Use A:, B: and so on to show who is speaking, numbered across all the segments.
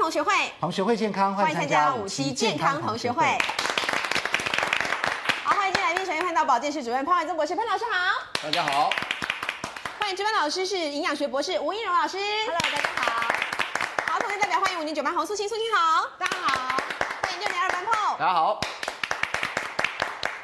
A: 同学会，
B: 同学会健康，
A: 欢迎参加五期健康同学会。好，欢迎进来宾，首先看到保健室主任潘伟宗博士，潘老师好。
C: 大家好，
A: 欢迎值班老师是营养学博士吴一荣老师。
D: Hello，大家好，
A: 好，同学代表欢迎五年九班洪素清，素清好。
D: 大家好。
A: 欢迎六年二班 p
C: 大家好，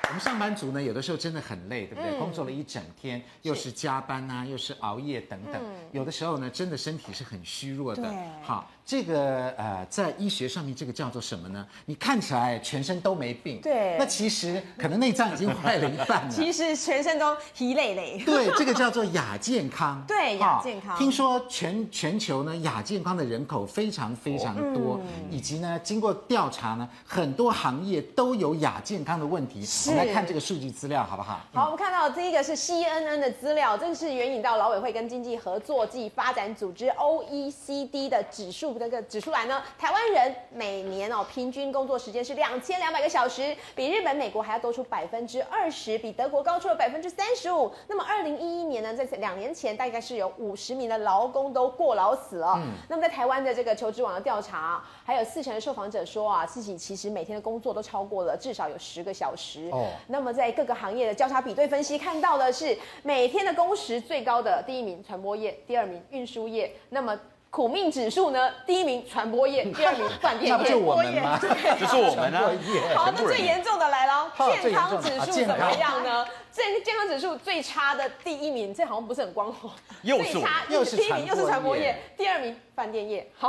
B: 我们上班族呢，有的时候真的很累，对不
A: 嗯
B: 对？工作了一整天，又是加班呐、又是熬夜等等，有的时候呢，真的身体是很虚弱的
A: 嗯对。
B: 好，这个呃，在医学上面，这个叫做什么呢？你看起来全身都没病，
A: 对
B: 那其实可能内脏已经坏了一半 了。
A: 其实全身都疲累累。
B: 对，这个叫做亚健康。
A: 对
B: 哈
A: 亚健康
B: 听说全全球呢亚健康的人口非常非常多，
A: 哦嗯
B: 以及呢经过调查呢，很多行业都有亚健康的问题。我们来看这个数据资料好不好？
A: 好，我们看到第一个是 CNN 的资料，这个是援引到劳委会跟经济合作暨发展组织 OECD 的指数，那个指出来呢，台湾人每年哦平均工作时间是两千两百个小时，比日本、美国还要多出百分之二十，比德国高出了百分之三十五。那么二零一一年呢，在两年前大概是有五十名的劳工都过劳死了。那么在台湾的这个求职网的调查，还有四成的受访者说啊，自己其实每天的工作都超过了至少有十个小时。
B: 哦
A: 那么在各个行业的交叉比对分析，看到的是每天的工时最高的第一名传播业，第二名运输业，那么。苦命指数呢？第一名传播业，第二名饭店业。
B: 那不就我们吗？
C: 就是我们呢、啊
B: 过夜
A: 好，
C: 全
A: 那
C: 部
A: 最
C: 人
A: 严重的来了
B: 好，
A: 健康指数
B: 最严重
A: 怎
B: 的啊
A: 么样呢？健健康指数最差的第一名，这好像不是很光荣。
C: 又是
A: 最
C: 我们
A: 差，
B: 又是
A: 第一名又
B: 传播
A: 是传播业
B: 业，
A: 第二名饭店业。好，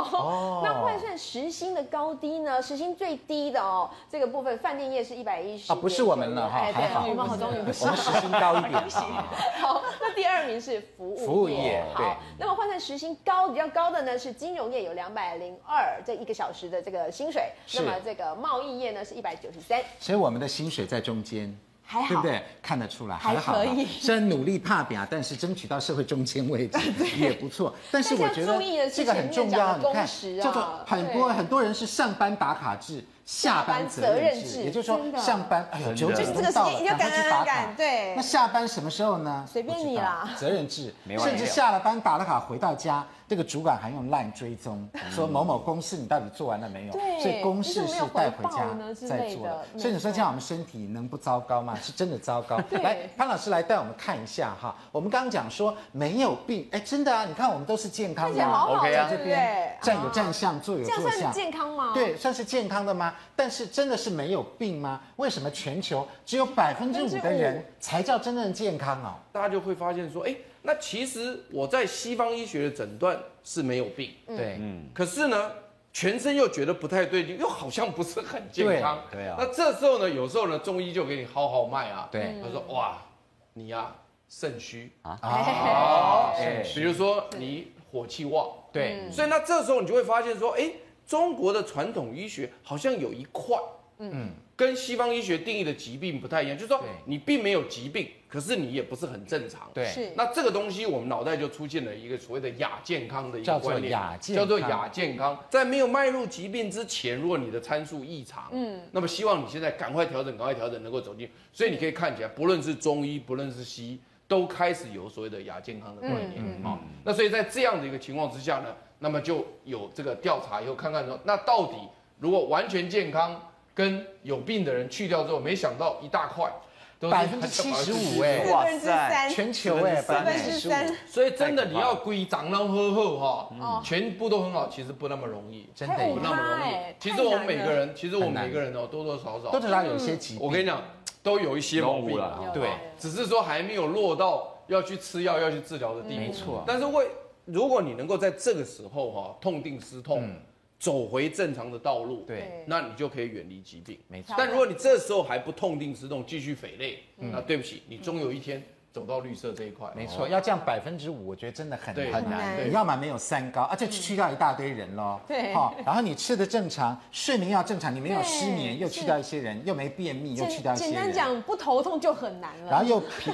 B: 哦
A: 那换算时薪的高低呢？时薪最低的哦，这个部分饭店业是一百一十。
B: 啊，不是我们了哈，
A: 哎，
B: 还好，
A: 对，我们好终于不是
B: 我。们时薪高一点。好好好
A: 好，那第二名是服务业。
B: 服务业对
A: 好，那么换算时薪高比较高的呢是金融业有两百零二这一个小时的这个薪水，
B: 是
A: 那么这个贸易业呢是一百九十三，
B: 所以我们的薪水在中间。
A: 还好
B: 对不对？看得出来，
A: 还
B: 好
A: 可
B: 啦
A: 以
B: 虽然努力怕表，但是争取到社会中间 位置也不错。但是我
A: 但是
B: 觉
A: 要
B: 得
A: 注意的是
B: 这个很重
A: 前面讲
B: 要。
A: 的
B: 你
A: 工
B: 看，
A: 时啊
B: 这个很多
A: 对
B: 很多人是上班打卡制，下
A: 班
B: 班
A: 责
B: 责
A: 任
B: 任
A: 制
B: 制，也就是说
A: 真的
B: 上班哎呦九
C: 真的
B: 点
C: 就是
A: 这个时
B: 钟到
A: 间
B: 了，
A: 一定要
B: 赶快
A: 赶
B: 去
A: 赶
B: 打
A: 赶
B: 卡。
A: 对
B: 那下班什么时候呢？
A: 随便你啦
B: 不知道责任制
C: 没，完
B: 甚
C: 没
B: 至
C: 了
B: 下了班打了卡回到家，这个主管还用烂追踪，
C: 嗯
B: 说某某公事你到底做完了没有？
A: 对
B: 所以公
A: 你怎
B: 事
A: 么没
B: 是
A: 有
B: 带
A: 回
B: 回
A: 报
B: 家
A: 呢之
B: 再
A: 类
B: 做
A: 的
B: 的。所以你说这样我们身体能不糟 糕吗？是真的糟糕
A: 对。
B: 来，潘老师来带我们看一下哈。我们刚刚讲说没有病，哎，真的啊，你看我们都是健康
A: 看起
B: 的
A: 来
B: 啊，
A: 好好
C: OK
A: 的，
C: 啊
A: 对
B: 这
A: 不
B: 边
A: 对？
B: 站有站相，坐有
A: 这样
B: 坐
A: 算
B: 相。
A: 健康吗？。
B: 对，算是健康的吗？但是真的是没有病吗？为什么全球只有百分之五的人才叫真正健康哦？
C: 大家就会发现说，哎、那其实我在西方医学的诊断是没有病，
A: 嗯
B: 对，
C: 可是呢，全身又觉得不太对劲，又好像不是很健康。
B: 对对啊
C: 那这时候呢，有时候呢，中医就给你好好卖啊。
B: 对
C: 他说哇，你呀、肾虚啊，
B: 啊，
C: 哎比如说你火气旺，
B: 对，
C: 所以那这时候你就会发现说，哎，中国的传统医学好像有一块，嗯，跟西方医学定义的疾病不太一样，就是说
B: 对
C: 你并没有疾病，可是你也不是很正常。
B: 对
A: 是
C: 那这个东西我们脑袋就出现了一个所谓的亚健康的一
B: 叫
C: 个
B: 做
C: 观念，
B: 亚健
C: 叫做
B: 康
C: 亚健康。在没有迈入疾病之前，如果你的参数异常，嗯，那么希望你现在赶快调整，赶快调整，能够走进。所以你可以看起来，不论是中医，不论是西医，都开始有所谓的亚健康的观
B: 嗯
C: 念。哦，那所以在这样的一个情况之下呢，那么就有这个调查以后，看看说，那到底如果完全健康跟有病的人去掉之后，没想到一大块都是
B: 百分之七十 五
C: 75%
B: 哎
A: 四，分之三，
B: 全球哎，
A: 四
B: 百
A: 分
B: 分之
A: 之
B: 十
A: 三
B: 五，，
C: 所以真的你要归长然呵呵哈，
B: 嗯
C: 全部都很好，其实不那么容易，
B: 真
A: 还
B: 的
A: 有
C: 不
B: 耶
C: 那么容
A: 太
C: 易
A: 难了。
C: 其实我们每个人，其实我
B: 很
C: 们
B: 难
C: 每个人哦，多多少
B: 多多
C: 少，
B: 少少有些疾
C: 我
B: 病。
C: 跟你讲，都有一些毛病
E: 有啦
A: 有。啊
B: 对
C: 只是说还没有落到要去吃药、要去治疗的地步。
B: 没错啊
C: 但是为如果你能够在这个时候哈、痛定思痛，走回正常的道路，
B: 嗯对
C: 那你就可以远离疾病。
B: 没错嗯
C: 但如果你这时候还不痛定思痛，继续匪类，那对不起，你终有一天走到绿色这一块。
B: 没错，要降百分之五，我觉得真的很
C: 哦对
B: 很
C: 很
B: 难。
C: 难
B: 你要么没有三高，而且去掉一大堆人喽。
A: 对
B: 好，然后你吃的正常，睡眠要正常，你没有失眠，
A: 对
B: 又去掉一些人，又没便秘，又去掉
A: 简
B: 一
A: 简
B: 些
A: 单
B: 人，
A: 讲，不头痛就很难
B: 然
A: 了。
B: 后又疲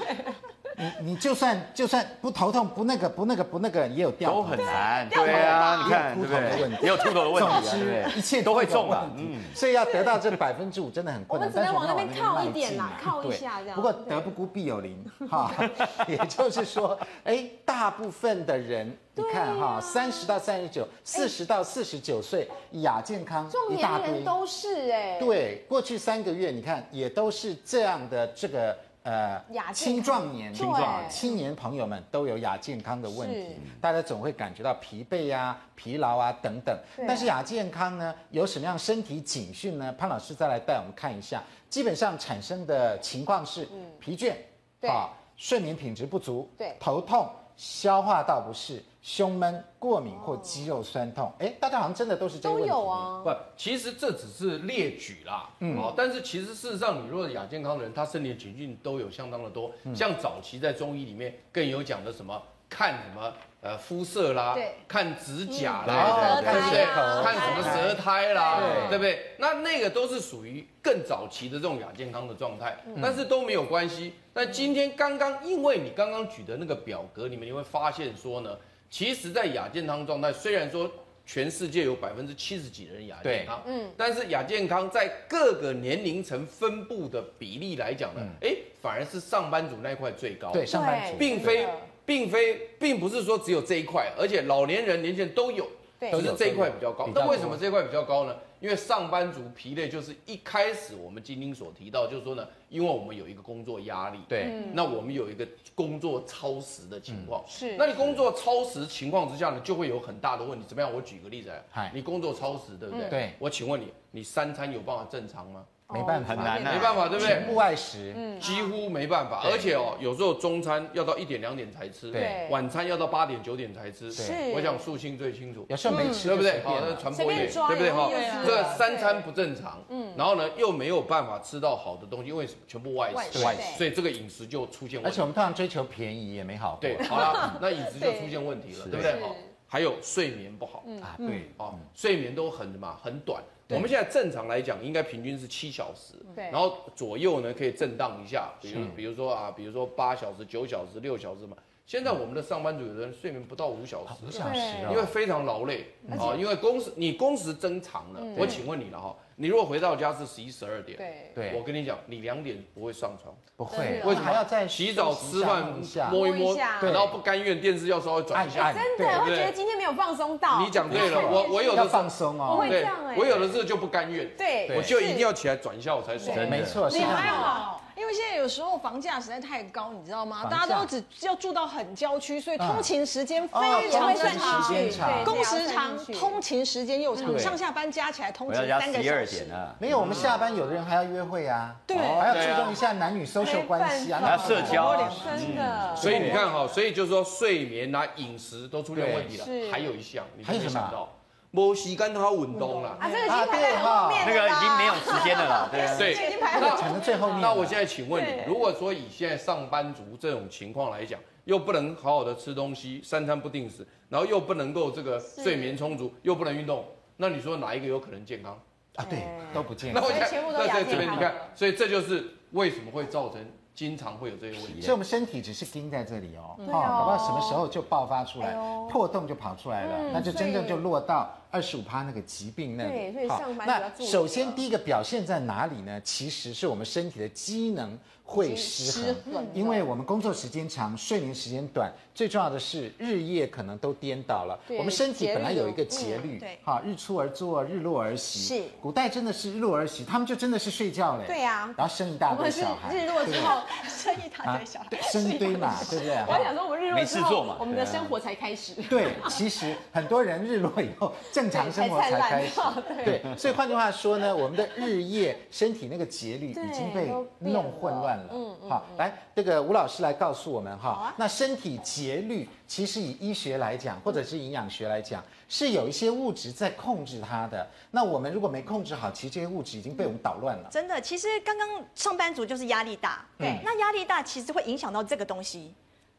B: 你你就算就算不头痛不那个不那个不那个也有掉头
D: 都很难，
A: 掉头
D: 对啊，
A: 发
D: 你看
B: 也有
D: 对
B: 秃头的问题
D: 不对？也有秃头的问题啊，
B: 总
D: 对
B: 之
D: 不对
B: 一切
D: 都会中
B: 啊
D: 啊，，
B: 嗯，所以要得到这百分之五真的很困难。
A: 我们只能
B: 但是
A: 往那边靠
B: 迈
A: 一点啦
B: 进
A: 靠一下这样
B: 对不过德不孤必有邻，哈， 也就是说，哎，大部分的人，你看哈，三十到三十九，四十到四十九岁，亚健康
A: 中
B: 一
A: 年
B: 大堆
A: 人。都是哎、
B: 对，过去三个月你看也都是这样的这个。呃
A: 亚健，康
B: 青壮年、
A: 青壮年
B: 青年朋友们都有亚健康的问
A: 是
B: 题，大家总会感觉到疲惫啊、疲劳啊等等
A: 对。
B: 但是亚健康呢，有什么样身体警讯呢？潘老师再来带我们看一下。基本上产生的情况是疲倦，
A: 嗯对
B: 啊，睡眠品质不足，
A: 对
B: 头痛、消化道不适、胸闷、过敏或肌肉酸痛。哎，大家好像真的都是这个
A: 哦都
B: 问题。
A: 有。啊，
C: 不，其实这只是列举啦，嗯，哦，但是其实事实上，你如果亚健康的人，他生理的情境都有相当的多，像早期在中医里面更有讲的什么看什么呃肤色啦
A: 对，
C: 看指甲啦，
B: 嗯
C: 对不
B: 舌
C: 对
B: 苔啊？
C: 看什么舌苔啦，
B: 对
C: 对不对？那那个都是属于更早期的这种亚健康的状态，但是都没有关系。但今天刚刚因为你刚刚举的那个表格里面，你会发现说呢，其实，在亚健康状态，虽然说全世界有百分之七十几的人亚健康，嗯，但是亚健康在各个年龄层分布的比例来讲呢，哎、反而是上班族那一块最高，
B: 对，上班
A: 对
B: 族
C: 并
A: 真
C: 非
A: 的
C: 并非并不是说只有这一块，而且老年人、年轻人都有，
A: 对
C: 只是这一块比较高
B: 比。较
C: 那
B: 多
C: 为什么这一块比较高呢？因为上班族疲累就是一开始我们今天所提到，就是说呢，因为我们有一个工作压力，嗯
D: 对
A: 嗯
C: 那我们有一个工作超时的情况，
A: 是
C: 那你工作超时情况之下呢，就会有很大的问题。怎么样？我举个例子来
B: 嗨，
C: 你工作超时，对不对？
B: 嗯对
C: 我请问你，你三餐有办法正常吗？
B: 没
A: 哦
B: 办法
D: 很难啊
C: 没办哦法，对不对？
B: 全部外食，
A: 嗯
C: 几乎没办法，
B: 哎对
C: 而且哦，有时候中餐要到一点两点才吃，
A: 对
C: 晚餐要到八点九点才吃。
A: 是
C: 我想素性最清楚，
B: 有时候没吃
C: 对
B: 就
C: 不
B: 随
C: 对？
B: 便
C: 好，
B: 了
C: 那传播
A: 嗯随
C: 业，
A: 便抓啊
C: 对不对？
A: 容易
C: 好
A: 就吃了，
C: 这三餐不正常，嗯，然后呢又没有办法吃到好的东西，因为全部外
A: 外
C: 食，
A: 食
B: 外
A: 食
C: 所以这个饮食就出现
B: 而
C: 问
B: 且嗯
C: 题
B: 我。们通常追求便宜也没好货。
C: 对，好 了，那饮食就出现问题了，对不对？好，还有睡眠不
A: 嗯
C: 好，
B: 啊，对，
C: 哦，睡眠都很嘛很短。我们现在正常来讲，应该平均是七小时，
A: 对
C: 然后左右呢可以震荡一下，比如比如说啊，比如说八小时、九小时、六小时嘛。现在我们的上班族有的人睡眠不到五小时
B: 五，小时哦，
C: 因为非常劳累啊，因为工时你工时增长了。我请问你了哈，你如果回到家是十一十二点，
A: 对
B: 对
C: 我跟你讲，你两点不会上床，
B: 不会，
A: 为什么
B: 还要再
C: 洗澡、
B: 休息
C: 吃
B: 一下
C: 饭
B: 弄一下？
C: 摸一
A: 摸
C: 摸，
A: 一下
C: 然后不甘愿电视要稍微转一下
B: 按。一按
A: 真
B: 对
A: 的
B: 对
A: 会觉得今天没有放松到。
C: 你讲对了，
A: 要
C: 我我有
B: 要
C: 的时候
B: 放松
A: 我
B: 哦
A: 会。这
C: 对
A: 样欸，
C: 我有的时候就不甘愿，
A: 对
C: 我就一定
A: 是
C: 要起来转一下我才爽。
B: 对没错，是
E: 你
B: 这样
E: 还
B: 的。
E: 好，因为现在有时候房价实在太高，你知道吗？
B: 房
E: 大
B: 价
E: 家都只要住到很郊区，所以
B: 嗯
E: 通勤时间非
B: 哦
E: 常
B: 通
E: 的
B: 勤
E: 长。
B: 时间长
A: 对
E: 工时长，
A: 对
E: 通勤时间又长，
B: 对
E: 上下班加起来通
D: 回
E: 勤
D: 到家
E: 三个
D: 十一
E: 小
D: 二
E: 时
D: 点。
F: 啊
D: 了，
B: 没有，我们下班有的人还要约会啊，
E: 对
B: 哦还要注重一下男女 social 关系啊，
A: 没
B: 那
D: 办法还要社交啊
A: 真的，
C: 嗯所以你看哈，所以就是说睡眠啊、饮食都出现问题了
A: 对是。
C: 还有一项，你
B: 还有
C: 没
B: 什么
C: 想到，没时间好运动啦。
A: 啊，这个已经排在后面
D: 那
A: 了
D: 个
A: 啦
D: 已经没有时间了啦，对啊，
C: 对
A: 这个已经排在
B: 讲到最后面了。
C: 那我现在请问你
A: 对，
C: 如果说以现在上班族这种情况来讲，又不能好好的吃东西，三餐不定时，然后又不能够这个睡眠充足，又不能运动，那你说哪一个有可能健康？
B: 啊，对，都不见
C: 那
B: 了。
C: 我
A: 所以
C: 看，
A: 全部都
C: 那
A: 亚
C: 在
A: 健
C: 这边
A: 康
C: 你看
A: 了，
C: 所以这就是为什么会造成经常会有这些问题。
B: 所以我们身体只是钉在这里哦，
A: 对哦
B: 哈，搞不好什么时候就爆发出
A: 哎
B: 来
A: 呦，
B: 破洞就跑出来了
A: 嗯，
B: 那就真正
A: 所
B: 就
A: 以
B: 落到二十五趴那个疾病那
A: 对所以
B: 里。
A: 上班族要
B: 那
A: 注意
B: 首先
A: 了
B: 第一个表现在哪里呢？其实是我们身体的机能会失
A: 失衡
B: 衡
A: 了，
B: 因为我们工作时间长，睡眠时间短，最重要的是日夜可能都颠倒了
A: 对。
B: 我们身体本来有一个
A: 节
B: 节
A: 律嗯
B: 律
E: 对，
B: 哈，日出而作，日落而息。
A: 是
B: 古代真的是日落而息，他们就真的是睡觉嘞。
A: 对呀
B: 然后生一大
A: 我
B: 堆
A: 们是
B: 小孩。
A: 日落之后，
E: 生意大
B: 啊
E: 堆小孩，
B: 对，生一堆嘛，对不对？
A: 我还想说我们日落
D: 没
A: 之
D: 事
A: 后
D: 做嘛，
A: 我
B: 啊
A: 们的生活才开始。
B: 对，其实很多人日落以后，正常生活才开
A: 对才
B: 始
A: 灿烂。
B: 对，所以换句话说呢，我们的日夜身体那个节律
A: 对
B: 已经被
A: 都变了
B: 弄混乱了。嗯，好，来，这个吴老师来告诉我们哈，那身体节律其实以医学来讲，或者是营养学来讲，是有一些物质在控制它的。那我们如果没控制好，其实这些物质已经被我们捣乱了。
F: 真的，其实刚刚上班族就是压力大，
D: 嗯
A: 对
F: 那压力大其实会影响到这个东西，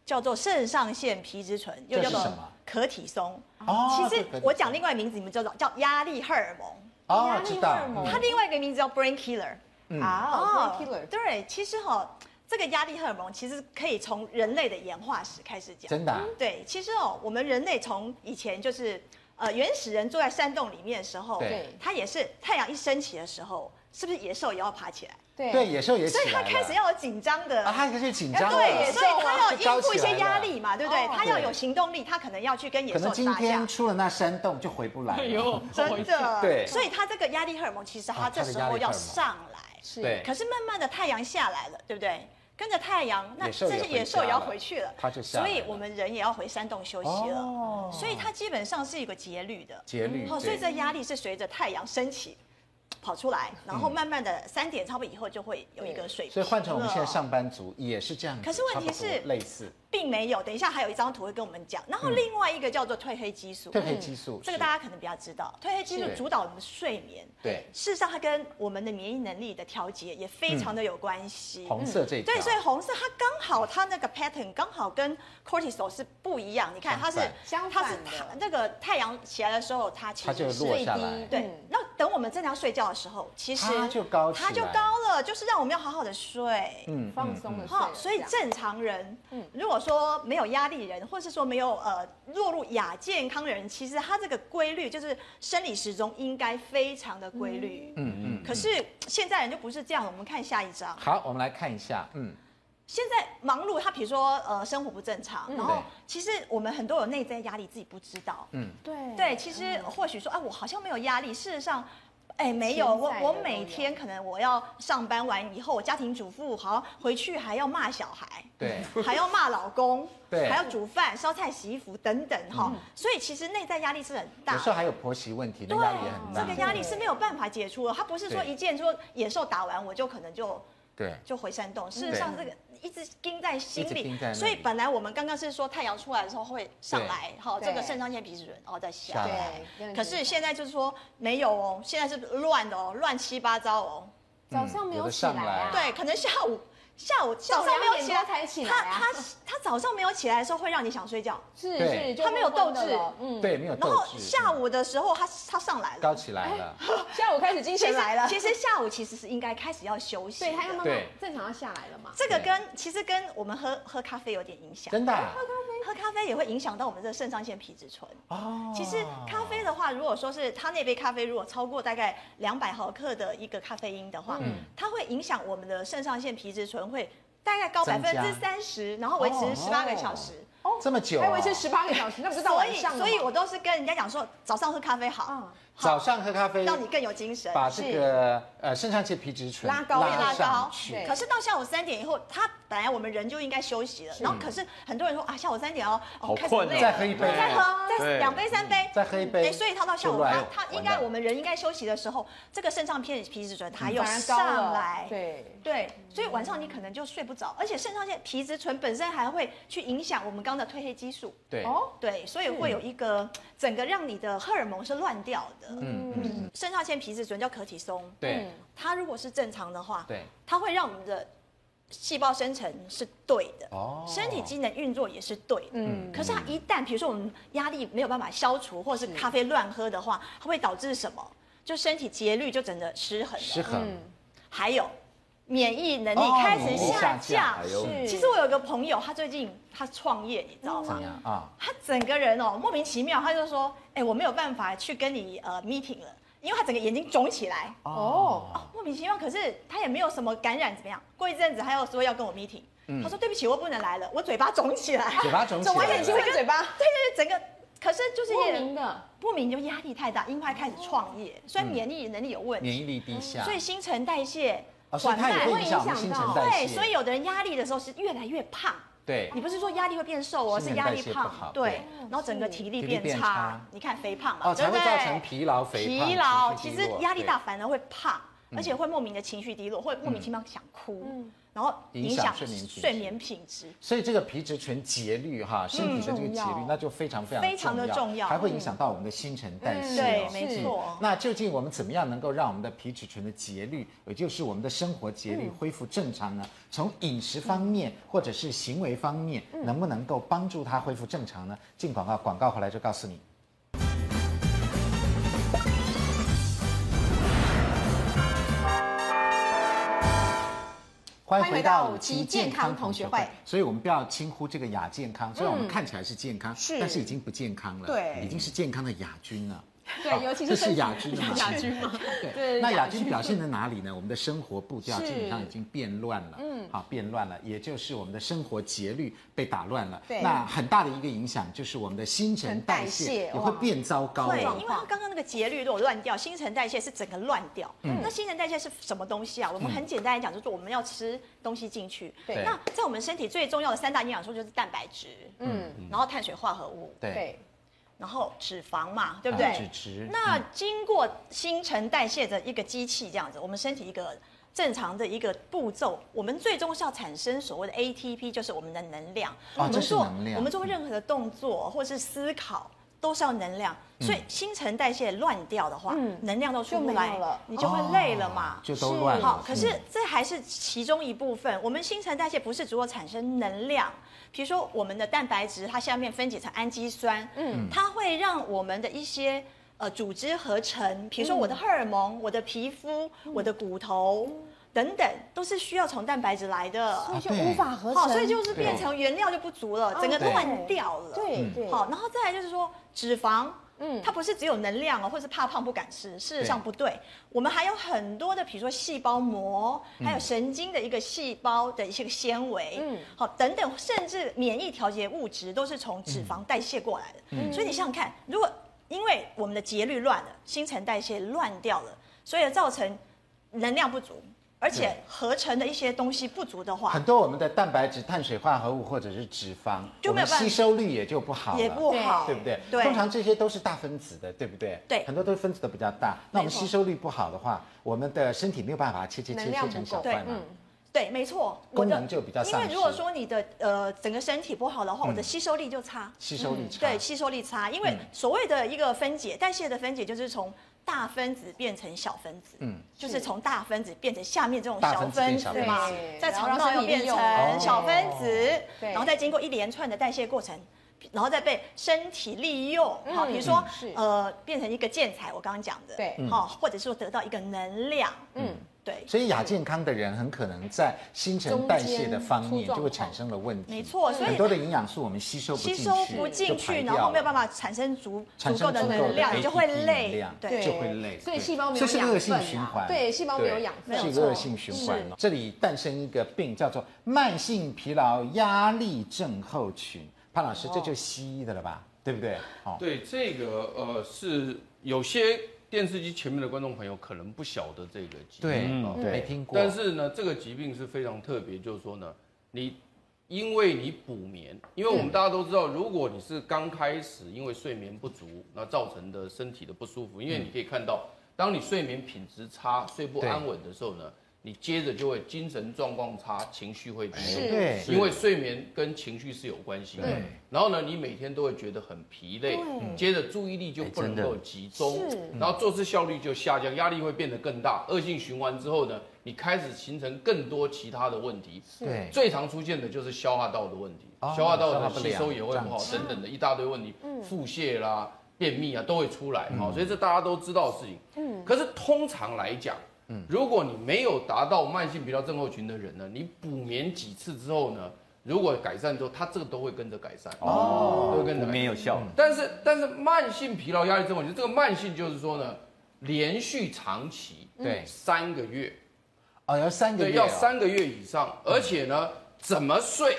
F: 叫做肾上腺皮质醇，又叫
B: 这
F: 做
B: 是什么
F: 可体松。
B: 哦
F: 其
B: 这
F: 实
B: 个可体松
F: 我讲另外一个名字，你们知道叫压力荷尔蒙，
B: 哦，
A: 压力
B: 知
A: 荷
B: 道嗯
A: 尔。蒙
F: 它另外一个名字叫 brain 哦 killer。
A: 啊，我是 killer
F: 对，其实哈、这个压力荷尔蒙其实可以从人类的演化史开始讲。
B: 真的啊、
F: 对，其实哦，我们人类从以前就是呃原始人住在山洞里面的时候，
B: 对
F: 他也是太阳一升起的时候，是不是野兽也要爬起来？
A: 对
B: 对，野兽也起
F: 所
B: 来
F: 以他开始要有紧张的。
B: 啊，他开始紧
F: 哎
B: 张了，
F: 对，所以他要
B: 就高
F: 应付一
B: 起来
F: 些
B: 了
F: 压力嘛，对不对？
A: 哦
F: 他要有
B: 对
F: 行动力，他可能要去跟野
B: 可
F: 兽
B: 能今
F: 打架
B: 天。出了那山洞就回不来了。
E: 哎呦，
F: 真的，
B: 对
F: 所以他这个压力荷尔蒙其实
B: 啊
F: 他这
B: 他的
F: 时
B: 压
F: 候
B: 力
F: 要
B: 荷尔蒙
F: 上来，
A: 是
B: 对
F: 可是慢慢的太阳下来了，对不对？跟着太阳，那
B: 野兽
F: 这
B: 也
F: 些野
B: 回
F: 兽也
B: 家
F: 要
B: 了
F: 回去了，
B: 它就下
F: 所以
B: 来了
F: 我们人也要回山洞休息了。
B: 哦
F: 所以它基本上是一个节律的，
B: 节律
F: 嗯哦好、所以
B: 嗯对
F: 这压力是随着太阳升起跑出来，然后慢慢的三点差不多以后就会有一个水平。
B: 嗯所以换成我们现在，上班族也是这样子，
F: 可是问题
B: 差不多
F: 是
B: 类似
F: 并没有。等一下还有一张图会跟我们讲，然后另外一个叫做褪黑激素，
B: 嗯褪黑激素，
F: 嗯这
B: 是
F: 个大家可能比较知道，褪黑激素
B: 是
F: 主导我们的睡眠。
B: 对
F: 事实上，它跟我们的免疫能力的调节也非常的有关系。
B: 嗯红色这一条
F: 嗯对，所以红色它刚好它那个 pattern 刚好跟 cortisol 是不一样。你看，它是
A: 相反
F: 它是
A: 相
F: 它
A: 反
F: 那个太阳起来的时候，它其
B: 它就
F: 实是
B: 落下来
A: 最低。
F: 对
A: 嗯。
F: 那等我们正常睡觉的时候，其实
B: 它就高起来
F: 它就高了，就是让我们要好好的睡。
B: 嗯
A: 放松了，
F: 好，所以
A: 样
F: 正常人，如果说没有压力人，或是说没有呃落入亚健康人，其实他这个规律就是生理时钟应该非常的规律。嗯嗯。可是现在人就不是这样，我们看下一张。
B: 好，我们来看一下，嗯，
F: 现在忙碌，他比如说呃生活不正常，然后
B: 对
F: 其实我们很多有内在压力自己不知道。
B: 嗯
A: 对
F: 对，其实或许说，哎、我好像没有压力，事实上。哎，没有，
A: 潜
F: 我
A: 在的
F: 我
A: 都
F: 每
A: 有
F: 天可能我要上班完以后，我家庭主妇好像回去还要骂小孩，
B: 对，
F: 还要骂老公，
B: 对嗯
F: 还要煮饭、烧菜、洗衣服等等哈、所以其实内在压力是很 大
B: 有
F: 的。
B: 时候还有婆媳问题，那
F: 对
B: 压力也很，大。
F: 这个压力是没有办法解除的。它不是说
B: 对
F: 一件说野兽打完我就可能就
B: 对
F: 就回山洞，事实上这个一直盯在心
B: 一直
F: 里
B: 盯在，那里
F: 所以本来我们刚刚是说太阳出来的时候会上来，好，
A: 对
F: 这个肾上腺皮质醇哦在下
B: 下
F: 来
B: 来
A: 对，
F: 可是现在就是说没有哦，现在是乱的哦，乱七八糟哦，
A: 早上
B: 嗯
A: 没有起来啊，
F: 对，可能下午下午
A: 下午
F: 早上没有起来
A: 两点多才起来啊
F: 他他他早上没有起来的时候会让你想睡觉，
A: 是
B: 对
A: 是，就
F: 他没有斗志
A: 昏昏的了嗯，
B: 对，没有
F: 然
B: 斗
F: 后
B: 志。
F: 下
B: 嗯
F: 午哎的时候他他上来
B: 高
F: 了，
B: 起来了，
A: 下午开始精神来了，
F: 其实下午其实是应该开始要休息的，
A: 对他要慢慢
B: 对
A: 正常要下来了嘛，
F: 这个跟其实跟我们喝喝咖啡有点影响，
B: 真的啊
F: 喝咖啡也会影响到我们这个肾上腺皮质醇。
B: 哦。
F: 其实咖啡的话，如果说是它那杯咖啡如果超过大概两百毫克的一个咖啡因的话，它会影响我们的肾上腺皮质醇会大概高百
B: 增
F: 分
B: 加
F: 之三十，然后维持十八个小时。
B: 这么久哦，
A: 还维持十八个小时，那不是到
F: 所
A: 晚
F: 以，
A: 上了吗
F: 所以我都是跟人家讲说，早上喝咖啡好，
B: 早上喝咖啡，
F: 让你更有精神。
B: 把这个呃肾上腺皮质醇
A: 拉高
F: 会拉
B: 上
F: 高
B: 去
A: 对，
F: 可是到下午三点以后，他本来我们人就应该休息了，然后可是很多人说啊，下午三点哦，哦
D: 好
F: 开始
D: 困哦
F: 累了，
B: 再喝一杯
F: 再喝，再
D: 对
F: 两杯三杯，
B: 嗯再喝一杯
F: 哎，所以他到下午
B: 就乱
F: 他
B: 了
F: 他应
B: 完
F: 该
B: 蛋
F: 我们人应该休息的时候，这个肾上腺皮质醇它又
B: 嗯
A: 反而高了
F: 上来，
A: 对。
F: 对，所以晚上你可能就睡不着，而且肾上腺皮质醇本身还会去影响我们刚刚的褪黑激素。
B: 对
A: 哦，
F: 对，所以会有一个整个让你的荷尔蒙是乱掉的。嗯嗯，肾上腺皮质醇叫可体松，
B: 对
F: 它如果是正常的话，
B: 对，
F: 它会让我们的细胞生成是对的，
B: 哦
F: 身体机能运作也是对的。嗯，可是它一旦比如说我们压力没有办法消除，或者是咖啡乱喝的话，它会导致什么？就身体节律就整个失衡了，
B: 失衡，
F: 嗯还有免疫能
B: 哦
F: 力开始
B: 免疫
F: 下
B: 下
F: 降
B: 降哎。呦
A: 是
F: 其实我有个朋友，他最近他创业，你知道吗
B: 怎？样啊？
F: 他整个人哦莫名其妙，他就说：“哎、我没有办法去跟你呃 meeting 了，因为他整个眼睛肿起来，
A: 哦，
F: 莫名其妙。可是他也没有什么感染，怎么样？过一阵子他又说要跟我 meeting，、他说对不起，我不能来了，我嘴巴肿起来，
B: 嗯嘴巴肿起
A: 肿完
B: 来
A: 眼睛会
B: 了，
A: 嘴巴，
F: 对对对，整个。”可是就是
A: 莫名的，
F: 不明就压力太大，因为他开始创业，所以免疫能力有问
B: 嗯免
F: 题，
B: 疫力低下，
F: 嗯所以新陈代谢
B: 哦，所以它也
A: 慢
B: 会影响我们
A: 会
B: 新
A: 影响
B: 陈
A: 到
B: 代谢，
F: 对，所以有的人压力的时候是越来越胖。
B: 对
F: 你不是说压力会变瘦哦，
B: 新
F: 是
B: 陈
F: 压
B: 代
F: 力
B: 谢不
F: 胖
B: 好，
F: 对
B: 对，
F: 然后整个体力
B: 体力
F: 变
B: 变
F: 差
B: 差，
F: 你看肥胖嘛，
B: 哦
F: 对
B: 才
F: 不
B: 会
F: 对？
B: 造成疲劳、肥胖、
F: 疲劳，
B: 情
F: 其
B: 绪
F: 实
B: 低落
F: 压力大
B: 对嗯
F: 反而会胖，而且会莫名的情绪低落，会莫名其妙想哭，然后影
B: 影响
F: 响
B: 睡眠品质
F: 睡眠品质。
B: 所以这个皮质醇节律哈，身体的这个节律
A: 重要，
B: 那就非常非常
F: 嗯非常的重要嗯
B: 还会影响到我们的新陈代谢。
F: 对
B: 哦，
F: 没
A: 是
F: 错。
B: 那究竟我们怎么样能够让我们的皮质醇的节律，也就是我们的生活节
F: 嗯
B: 律恢复正常呢？从饮食方面或者是行为方面，
F: 嗯
B: 能不能够帮助它恢复正常呢？进广告，广告回来就告诉你。
A: 欢
B: 欢欢迎
A: 迎
B: 回
A: 回到
B: 到
A: 五
B: 五
A: 期
B: 期
A: 健
B: 健
A: 康
B: 康
A: 同
B: 同学
A: 学
B: 会
A: 会。嗯
B: 所以我们不要轻忽这个亚健康，虽然我们看起来是健康，
A: 是
B: 但是已经不健康了，
A: 对
B: 已经是健康的亚军了。
A: 对，尤其
B: 这
A: 是
B: 是亚军的嘛
A: 亚军嘛，对
B: 对，那
A: 亚
B: 亚
A: 军
B: 军表现在哪里呢？我们的生活步调
A: 是
B: 基本上已经变乱了，嗯，好，变乱了，也就是我们的生活节律被打乱了。
A: 对
B: 那很大的一个影响就是我们的新陈代
A: 代谢
B: 谢也
A: 哇
B: 会变糟糕
F: 对，
B: 哦
F: 因为。它刚刚那个节律如果乱掉，新陈代谢是整个乱掉。那新陈代谢是什么东西啊？我们很简单来讲，就是我们要吃东西进去。
A: 对
F: 那在我们身体最重要的三大营养素就是蛋白质，
A: 嗯，
F: 然后碳水化合物，
B: 对，
A: 对，
F: 然后脂肪嘛，对
B: 啊
F: 不对
B: 脂？质
F: 那经过新陈代谢的一个机器这样子，我们身体一个正常的一个步骤，我们最终是要产生所谓的 ATP，就是我们的能量。
B: 哦
F: 我
B: 这
F: 们
B: 是
F: 做
B: 能量
F: 我们做任何的动作或是思考。都是要能量，
B: 嗯
F: 所以新陈代谢乱掉的话，
A: 嗯
F: 能量都出
A: 就
F: 不
A: 没
F: 来
A: 有了
F: 你就会累了嘛。
B: 哦就都乱了嗯
F: 好，。可是这还是其中一部分。我们新陈代谢不是只有产生能量，比如说我们的蛋白质，它下面分解成氨基酸，嗯，它会让我们的一些呃组织合成，比如说我
A: 嗯
F: 的荷尔蒙、我的皮肤、我的骨头等等，都是需要从蛋白质来的。
A: 完全
B: 对
A: 无法合
F: 好，
A: 成，
F: 所以就是变成原料就不足了，整个
A: 对
F: 乱掉了。
A: 对
B: 嗯
A: 对，
F: 好，然后再来就是说脂肪，
A: 嗯
F: 嗯，它不是只有能量哦，或是怕胖不敢吃，事实上不对，我们还有很多的，比如说细胞膜，还
B: 嗯
F: 有神经的一个细胞的一些个纤维，
A: 嗯
F: 嗯，好，等等，甚至免疫调节物质都是从脂肪
B: 嗯
F: 代谢过来的，所以你想想看，如果因为我们的节律乱了，新陈代谢乱掉了，所以造成能量不足。而且合成的一些东西不足的话
B: 很，多我们的蛋白质、碳水化合物或者是脂肪，
F: 就
B: 我们
F: 没有办法
B: 吸收率也就不好了，
F: 也不好，
B: 对不对？
F: 对
B: 通常这些都是大分子的，对不对？
F: 对
B: 很多都是分子都比较大。那我们吸收率不好的话，我们的身体没有办法切切切
A: 能量
B: 切
A: 不够
B: 成小块嘛
A: 对嗯。
F: 对，没错，
B: 功
F: 我的
B: 能就比较
F: 因
B: 丧
F: 为
B: 失
F: 如果说你的呃整个身体不好的话，我的吸收力就差，
B: 吸收率差。
F: 嗯
B: 嗯
F: 对，吸收力差，因为所谓的一个分解代谢的分解，就是从大分子变成小分子，嗯，就是从大分子变成下面这种
B: 大
F: 小
B: 分子变
F: 分
B: 小
F: 子
B: 分
F: 嘛
A: 子，
F: 在
A: 然后
F: 肠
A: 让
F: 道又
A: 身体利
F: 变
A: 用哦
F: 成小分子，
A: 对
F: 然后再经过一连串的代谢过程。然后再被身体利用，好，比如
B: 嗯
F: 说
A: 嗯是，
F: 呃，变成一个建材，我刚刚讲的，
A: 对嗯
F: 好，或者说得到一个能量，嗯，对，
B: 所以亚健康的人很可能在新陈代谢的方面就会产生了问题。
F: 没错所以
B: 很多的营养素我们吸收不进去，
F: 吸收不进
B: 就排
F: 去，
B: 掉
F: 然后没有办
B: 了。
F: 法产生足
B: 产
F: 足
B: 生
F: 够的
B: 足够
F: 能
B: 的
F: 量，你就会
B: ATP 能
F: 累
B: 量。
F: 对，
A: 对
B: 就会累
A: 所以
B: 对
A: 细胞没有
B: 这是
A: 养
B: 恶性
A: 分
B: 循
A: 啊
B: 环
A: 对，细胞没有
B: 对
A: 养分，
B: 是一个恶性循环哦。这里诞生一个病叫做慢性疲劳压力症候群。潘老
A: 哦
B: 师，这就是西医的了吧？对不对？哦，
C: 对，这个呃是有些电视机前面的观众朋友可能不晓得这个疾病，
B: 对，
C: 啊
B: 嗯没听过。
C: 但是呢，这个疾病是非常特别，就是说呢，你因为你补眠，因为我们大家都知道，如果你是刚开始因为睡眠不足，那造成的身体的不舒
B: 嗯
C: 服，因为你可以看到，当你睡眠品质差、睡不
B: 对
C: 安稳的时候呢，你接着就会精神状况差，情绪会低落。
B: 哎对，
C: 因为睡眠跟情绪是有关系的。然后呢，你每天都会觉得很疲累，接着注意力
B: 哎
C: 就不能够集中
A: 是，
C: 然后做事效率就下降，压力会变得更大，恶性循环之后呢，你开始形成更多其他的问题。
B: 对，
C: 最常出现的就是消化道的问题，
B: 哦
C: 消化道
B: 消化
C: 的
B: 不
C: 吸
B: 良
C: 收也会不好，
B: 胀气
C: 等等的一大堆问题，腹泻啦、便秘啊都会出来。
B: 嗯
C: 好，所以这大家都知道的事情。嗯，可是通常来讲，
B: 嗯
C: 如果你没有达到慢性疲劳症候群的人呢，你补眠几次之后呢，如果改善之后，他这个都会跟着改善。
D: 哦，
C: 都跟着
D: 我们也有效。
C: 但是但是慢性疲劳压力症候群，这个慢性就是说呢，连续长期
B: 对
C: 三个月，
B: 嗯哦，要三个
C: 对，
B: 月，
C: 要，三个月以上，而且呢，怎么睡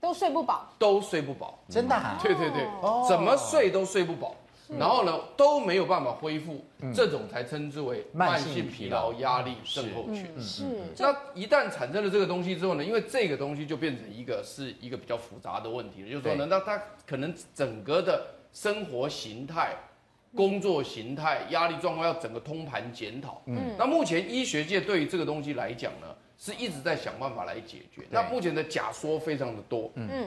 A: 都睡不饱，
C: 都睡不饱。
B: 真的啊？
C: 对对对，怎么睡都睡不饱，然后呢都没有办法恢复，这种才称之为慢性疲劳压力症候群。
A: 是
C: 嗯那一旦产生了这个东西之后呢，因为这个东西就变成一个是一个比较复杂的问题了，就是说呢，那它可能整个的生活形态。工作形态、压力状况要整个通盘检讨。嗯，那目前医学界对于这个东西来讲呢，是一直在想办法来解决。那目前的假说非常的多。嗯，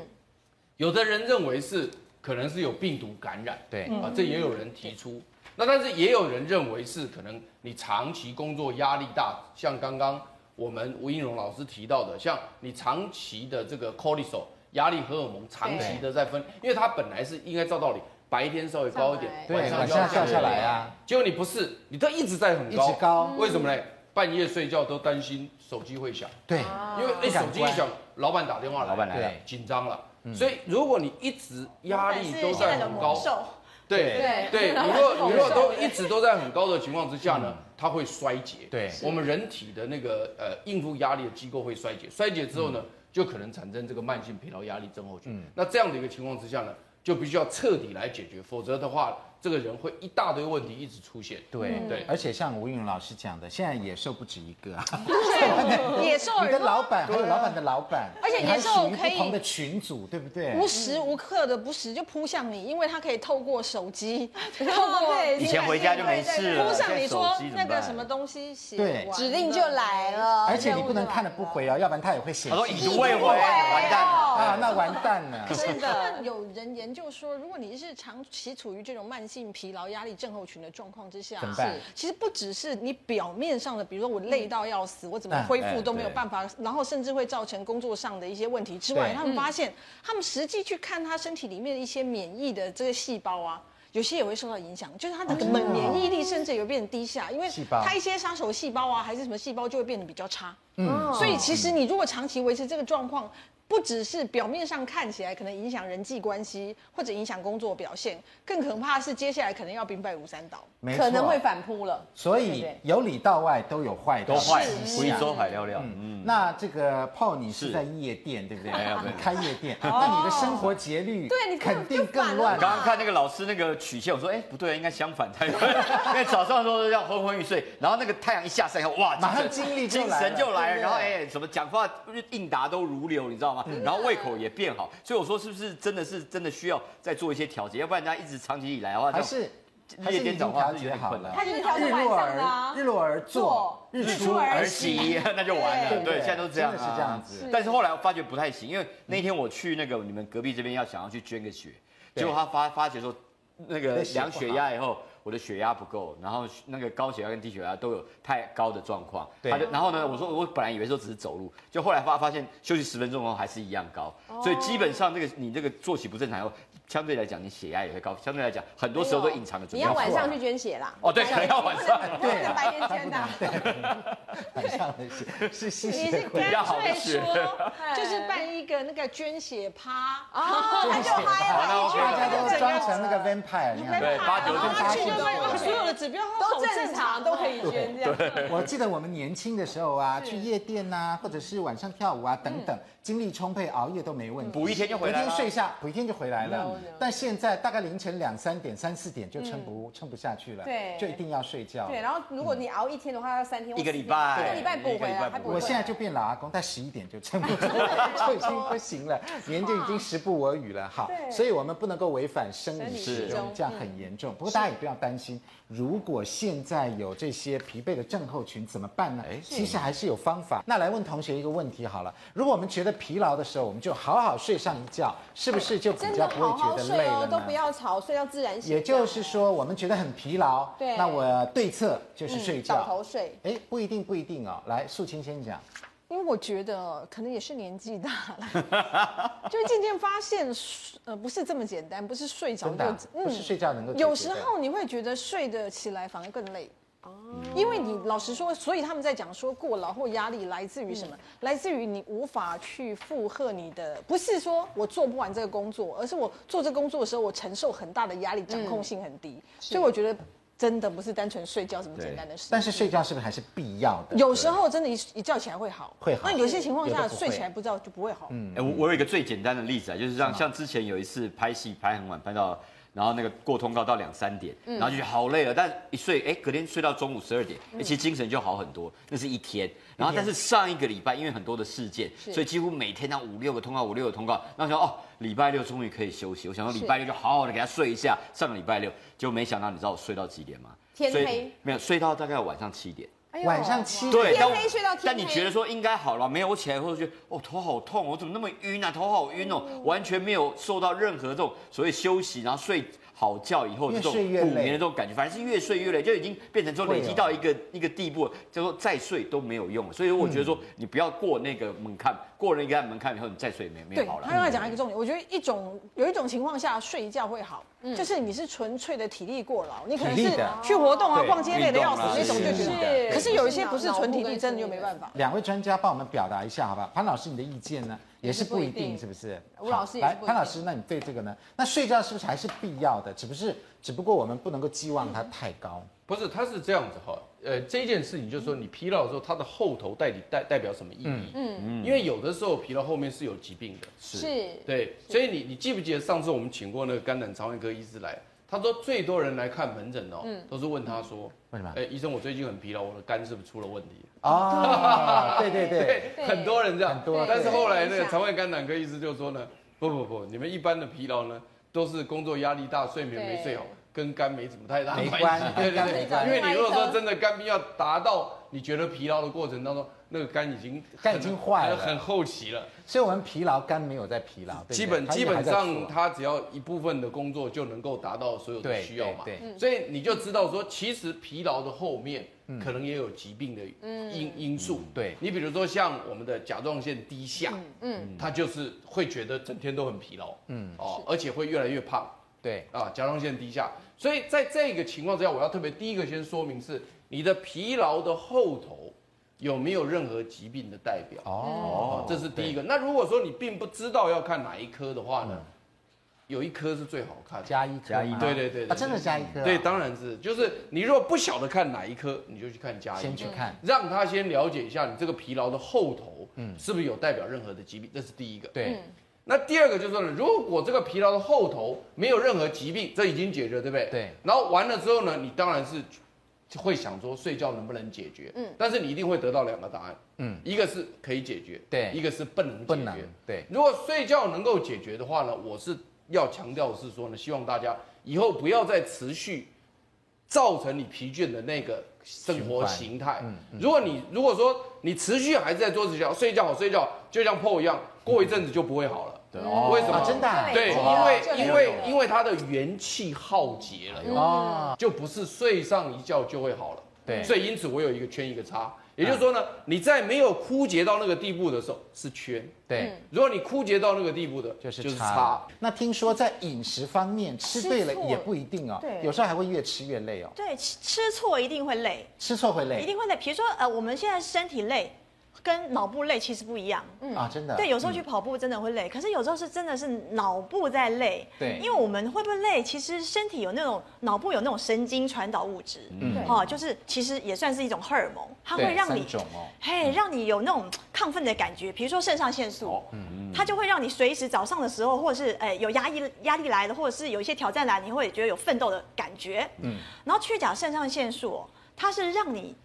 C: 有的人认为是可能是有病毒感染。
B: 对
F: 嗯
C: 啊，这也有人提出。那但是也有人认为是可能你长期工作压力大，像刚刚我们吴英荣老师提到的，像你长期的这个 cortisol 压力荷尔蒙长期的在分，因为它本来是应该照道理白天稍微高一点，
A: 上
B: 对，
A: 来
B: 晚
C: 就
B: 上
C: 要
B: 要掉下来啊，
C: 结果你不是，你都一直在很高，
B: 一直高
C: 为什么呢？半夜睡觉都担心手机会响，
B: 对，
C: 因为哎
B: 不敢
C: 手机一响，老板打电话来，
D: 老板来
C: 对啊紧张了。所以如果你一直压力
F: 是
C: 都
F: 现在
C: 在
F: 的
C: 很
F: 魔
C: 高，
F: 兽，
C: 对
A: 对
C: 对，你若你若都一直都在很高的情况之下呢，它会衰竭。
B: 对
C: 我们人体的那个呃应付压力的机构会衰竭，衰竭之后呢，就可能产生这个慢性疲劳压力症候群。那这样的一个情况之下呢，就必须要彻底来解决，否则的话，这个人会一大堆问题一直出现。
B: 对
C: 对
B: 而且像吴云老师讲的，现在野兽不止一个啊，
E: 野兽
A: 哎
B: 你的
E: 耳朵
B: 老板还有老板的老板，
E: 而且
B: 你还
E: 野兽
B: 属于
E: 可以
B: 不同的群组，对不对？
E: 无时无刻的不时就扑向你，因为它可以透过手机，透过
A: 对
D: 以前回家就没事了，
E: 扑上你说
D: 现在手机怎
E: 那
D: 么办
E: 个什么东西写
B: 对
E: 完
A: 指令就来
E: 了。
A: 了，
B: 而且哎你不
A: 任
B: 能
A: 务就来了
B: 看了不回哦，要不然他也会写
D: 他说已
B: 信
D: 读未回，完蛋
B: 啊，
D: 了。
B: 那完蛋了。
E: 是 的，有人研究说，如果你是长期处于这种慢性疲劳、压力症候群的状况之下，
B: 怎么办
E: 是其实不只是你表面上的，比如说我累到要死，我怎
B: 嗯
E: 么恢
B: 哎
E: 复都没有办法，然后甚至会造成工作上的一些问题之外，
B: 对
E: 他们发现，他们实际去看他身体里面的一些免疫的这个细胞啊。有些也会受到影响，就是哦他的免免疫力甚至也会变低下，因为
B: 细胞
E: 他一些杀手细胞啊，还是什么细胞就会变得比较差。
B: 嗯，
E: 所以其实你如果长期维持这个状况，不只是表面上看起来可能影响人际关系或者影响工作表现，更可怕的是接下来可能要兵败如山倒。
B: 没错
A: 可能会反扑了。
B: 所
A: 对
B: 以
A: 对
B: 由里到外都有坏的，
D: 都坏，
B: 是
D: 回州海料料，
B: 嗯
D: 嗯，
B: 那这个泡你是
D: 是
B: 在夜店对不对？
D: 没有没
B: 你
D: 有
B: 开夜 店，那你的生活节律
A: 哦对你根本
B: 肯定
A: 就
B: 更
A: 反了
B: 乱
D: 我。刚刚看那个老师那个曲线，我说哎不对，应该相反才对， 因为早上的时候要昏昏欲睡，然后那个太阳一下山以后，哇，
B: 马上
D: 精神
B: 精力就
D: 精
B: 来了
D: 神就来
B: 对不对
D: 了，然后哎什么讲话应答都如流，你知道吗？
B: 嗯
D: 然后胃口也变好，所以我说是不是真的是真的需要再做一些调节，要不然人家一直长期以来的话，
B: 还是还是已经
D: 夜店讲话
B: 调
D: 是有
B: 节
D: 点
B: 好
D: 困
B: 了
D: 难。
A: 他就是调整
B: 日
A: 晚
B: 落
A: 上的啊
B: 而日落而作
A: 坐，
B: 日
A: 日
B: 出
A: 出
B: 而
A: 而
D: 息， 那就完了。
B: 对
D: 对，现在都这样啊，
B: 真的是这样子
D: 但是后来我发觉不太行，因为那天我去那个你们隔壁这边要想要去捐个血，
B: 对
D: 结果他发发觉说那个
B: 那血不好
D: 量血压以后。我的血压不够，然后那个高血压跟低血压都有太高的状况。
B: 对
D: 他就然后呢，我说我本来以为说只是走路，就后来发发现休息十分钟后还是一样高，
B: 哦
D: 所以基本上这个你这个作息不正常以后，相对来讲你血压也会高，相对来讲很多时候都隐藏的
A: 你
D: 准备
A: 要
D: 错
A: 晚
D: 了
A: 上去捐血啦。
D: 哦，对，可能要晚上。
A: 不能 白天捐的啊。
B: 晚上的是是吸
E: 你
B: 血
E: 是
B: 鬼，
D: 较
E: 干
D: 好的
E: 脆
D: 是
E: 说，
A: 哎
E: 就是办一个那个捐血趴，
A: 啊，他就
D: 好，
A: 嗨
D: 那
A: 了，哦
D: 我
B: 大家都
E: 这
B: 装
E: 样
B: 成那个 vampire 那样
D: 对八九
E: 然后
D: 点
E: 他去就
B: 八
E: 发
B: 九
E: 现
B: 点
E: 哇所有的指标
A: 都
E: 好
A: 正常，都可以捐这样。
B: 我记得我们年轻的时候啊，去夜店呐、或者是晚上跳舞啊
A: 嗯
B: 等等，精力充沛，熬夜都没问题，
D: 补一天就回来
B: 补一
D: 了
B: 天睡一下，补一天就回来了嗯
A: No, no.。
B: 但现在大概凌晨两三点、三四点就撑不撑不下去了，
A: 嗯对
B: 就一定要睡觉。
A: 对，然后如果你熬一天的话，要三天或
D: 嗯一个
A: 四
D: 礼
A: 天
D: 拜
A: 一个礼拜补回
D: 一个礼拜
E: 啊
A: 来，
D: 补
A: 还补回来。
B: 我现在就变老阿公，但十一点就撑不 住了，就已经不行了，年就已经时不我与了。好，
A: 对
B: 所以我们不能够违反生
A: 生
B: 理
A: 理
B: 时
A: 时
B: 钟
A: 钟，嗯
B: 这样很严重。不过大家也不要担心，如果现在有这些疲惫的症候群怎么办呢
D: 哎？
B: 其实还是有方法。那来问同学一个问题好了，如果我们觉得疲劳的时候，我们就好好睡上一觉，是不是就比
A: 真
B: 较
A: 的
B: 不
A: 好
B: 会觉
A: 好
B: 得
A: 睡
B: 累了
A: 哦，都
B: 呢
A: 不？要吵，睡到自然醒。
B: 也就是说，我们觉得很疲劳，
A: 对嗯
B: 那我对策就是睡
A: 倒
B: 觉。
A: 头睡。
B: 哎，不一定，不一定哦。来，素清先讲。
E: 因为我觉得可能也是年纪大了， 就渐渐发现，呃，不是这么简单，不是睡着
B: 真的啊、
E: 就嗯
B: 不是睡觉能够解决的
E: 有时候你会觉得睡得起来反而更累。因为你老实说，所以他们在讲说过劳或压力来自于什么？来自于你无法去负荷你的，不是说我做不完这个工作，而是我做这工作的时候，我承受很大的压力，掌控性很低。所以我觉得真的不是单纯睡觉这么简单的事。
B: 但是睡觉是不是还是必要的？
E: 有时候真的一，一觉起来会好，
B: 会好
E: 那有些情况
B: 有的
E: 下
B: 不会
E: 睡起来不知道就不会好。嗯，
D: 哎、我我有一个最简单的例子啊，就是像像之前有一次拍戏拍很晚，拍到然后那个过通告到两三点，然后就觉得好累了，但一睡哎、隔天睡到中午十二点、哎其实精神就好很多，那是一天。然后但是上一个礼拜因为很多的事件，所以几乎每天那五六个通告，五六个通告，那我想哦礼拜六终于可以休息，我想说礼拜六就好好的给他睡一下。上个礼拜六就没想到，你知道我睡到几点吗？
A: 天黑
D: 睡没有睡到大概晚上七点。
A: 哎呦
B: 晚上七点，
D: 对，
A: 天
D: 但我
A: 黑睡到天
D: 但你
A: 黑
D: 觉得说应该好了，没有？我起来后就觉得哦，头好痛，我怎么那么晕啊？头好晕哦，完全没有受到任何这种所谓休息，然后睡好觉以后
B: 越
D: 这种
B: 睡
D: 补
B: 越累哦
D: 眠的这种感觉，反正是越睡越累，就已经变成说累积到一个一个地步，叫做再睡都没有用了。所以我觉得说，
B: 嗯
D: 你不要过那个门槛，过了那个门槛以后，你再睡也没没有
E: 对
D: 好，了。
E: 他刚才讲一个重点，我觉得一种有一种情况下睡一觉会好，
A: 嗯
E: 就是你是纯粹的体力过劳，你可能
B: 体
E: 是
B: 力的
E: 去活动啊、
D: 对
E: 逛街累的要死
D: 运
E: 那种
D: 动啊
E: 就觉
D: 是
E: 得
D: 的。
E: 可是是有一些不是纯体
A: 脑部
E: 力，
A: 跟
E: 真的就
A: 心理
E: 没
A: 的
E: 办法。
B: 两位专家帮我们表达一下，好不好？潘老师，你的意见呢？也是不一定，是不是？
A: 吴老师也是
B: 好来
A: 不一定，
B: 潘老师，那你对这个呢？那睡觉是不是还是必要的？只不是，只不过我们不能够寄望它太高。
C: 不是，它是这样子哈，呃，这件事情就是说，你疲劳的时候，它的后头代理代代表什么意义？嗯，因为有的时候疲劳后面是有疾病的，
A: 是
C: 对，所以你你记不记得上次我们请过那个肝胆肠胃科医师来，他说最多人来看门诊哦，
A: 嗯
C: 都是问他说，
B: 为什么
C: 哎，医生，我最近很疲劳，我的肝是不是出了问题？
B: 哦，对对对，
A: 对
C: 很多人这样
B: 很多，
C: 但是后来那
A: 对
C: 个肠胃肝胆科医师就说呢，不不不，你们一般的疲劳呢，都是工作压力大、睡眠没睡好，跟肝没什么太大
B: 没
C: 关系
B: 关。
C: 对
B: 跟肝没
C: 对
B: 关
C: 对，
A: 系
C: 因为你如果说真的肝病要达到你觉得疲劳的过程当中，那个肝已经
B: 肝已经坏了
C: 很后期了。
B: 所以我们疲劳肝没有在疲劳，对不对
C: 基本
B: 它
C: 基
B: 也还
C: 本
B: 在
C: 上，
B: 做
C: 他只要一部分的工作就能够达到所有的
B: 对
C: 需要嘛
B: 对对，
C: 所以你就知道说，其实疲劳的后面可能也有疾病的因因素。
B: 对
C: 你比如说像我们的甲状腺低下，嗯，他就是会觉得整天都很疲劳，嗯哦，而且会越来越胖
B: 对
C: 啊，甲状腺低下。所以在这个情况之下，我要特别第一个先说明是你的疲劳的后头有没有任何疾病的代表。
B: 哦
C: 哦，，这是第一个。那如果说你并不知道要看哪一科的话呢，
B: 嗯
C: 有一科是最好看的。
B: 加一颗
D: 加一
B: 吗
C: 对对对
B: 啊，
C: 对
B: 真的加一颗啊，
C: 对，当然是，就是你如果不晓得看哪一科，你就去看加医，
B: 啊先去看
C: 让他先了解一下你这个疲劳的后头，是不是有代表任何的疾病，这是第一个。
B: 嗯对，
C: 嗯那第二个就是说呢，如果这个疲劳的后头没有任何疾病，这已经解决了，对不对？
B: 对
C: 然后完了之后呢，你当然是会想说睡觉能不能解决？嗯。但是你一定会得到两个答案。
B: 嗯
C: 嗯。一个是可以解决，
B: 对
C: 一个是不能解决。
B: 不能对
C: 如果睡觉能够解决的话呢，我是要强调的是说呢，希望大家以后不要再持续造成你疲倦的那个生活形态。
B: 嗯
C: 如果你如果说你持续还是在做睡觉，睡觉好睡觉，就像破一样，过一阵子就不 会好了。为什么？
B: 啊真的啊
A: 对
C: 对，因为因为
A: 这个
C: 因为它的元气耗竭了。
B: 哦，
C: 就不是睡上一觉就会好了。
B: 对嗯
C: 所以因此我有一个圈一个叉，也就是说呢，你在没有枯竭到那个地步的时候是圈，
B: 对。
C: 如果你枯竭到那个地步的，
B: 就是差。。那听说在饮食方面，吃对了
A: 吃错
B: 也不一定哦，
F: 对
B: 有时候还会越吃越累哦，
F: 对，吃吃错一定会累，
B: 吃错会累，
F: 一定会累。比如说呃，我们现在身体累，跟脑部累其实不一样。
B: 啊，真的。
F: 嗯对，有时候去跑步真的会累，可是有时候是真的是脑部在累。
B: 对
F: 因为我们会不会累，其实身体有那种脑部有那种神经传导物质，嗯，哦，就是其实也算是一种荷尔蒙，它会
B: 对
F: 让你
B: 三种哦
F: 嘿，让你有那种亢奋的感觉，比如说肾上腺素，它就会让你随时早上的时候，或者是哎、有压力压力来了，或者是有一些挑战来，你会觉得有奋斗的感觉。嗯，然后去甲肾上腺素、哦，它是让你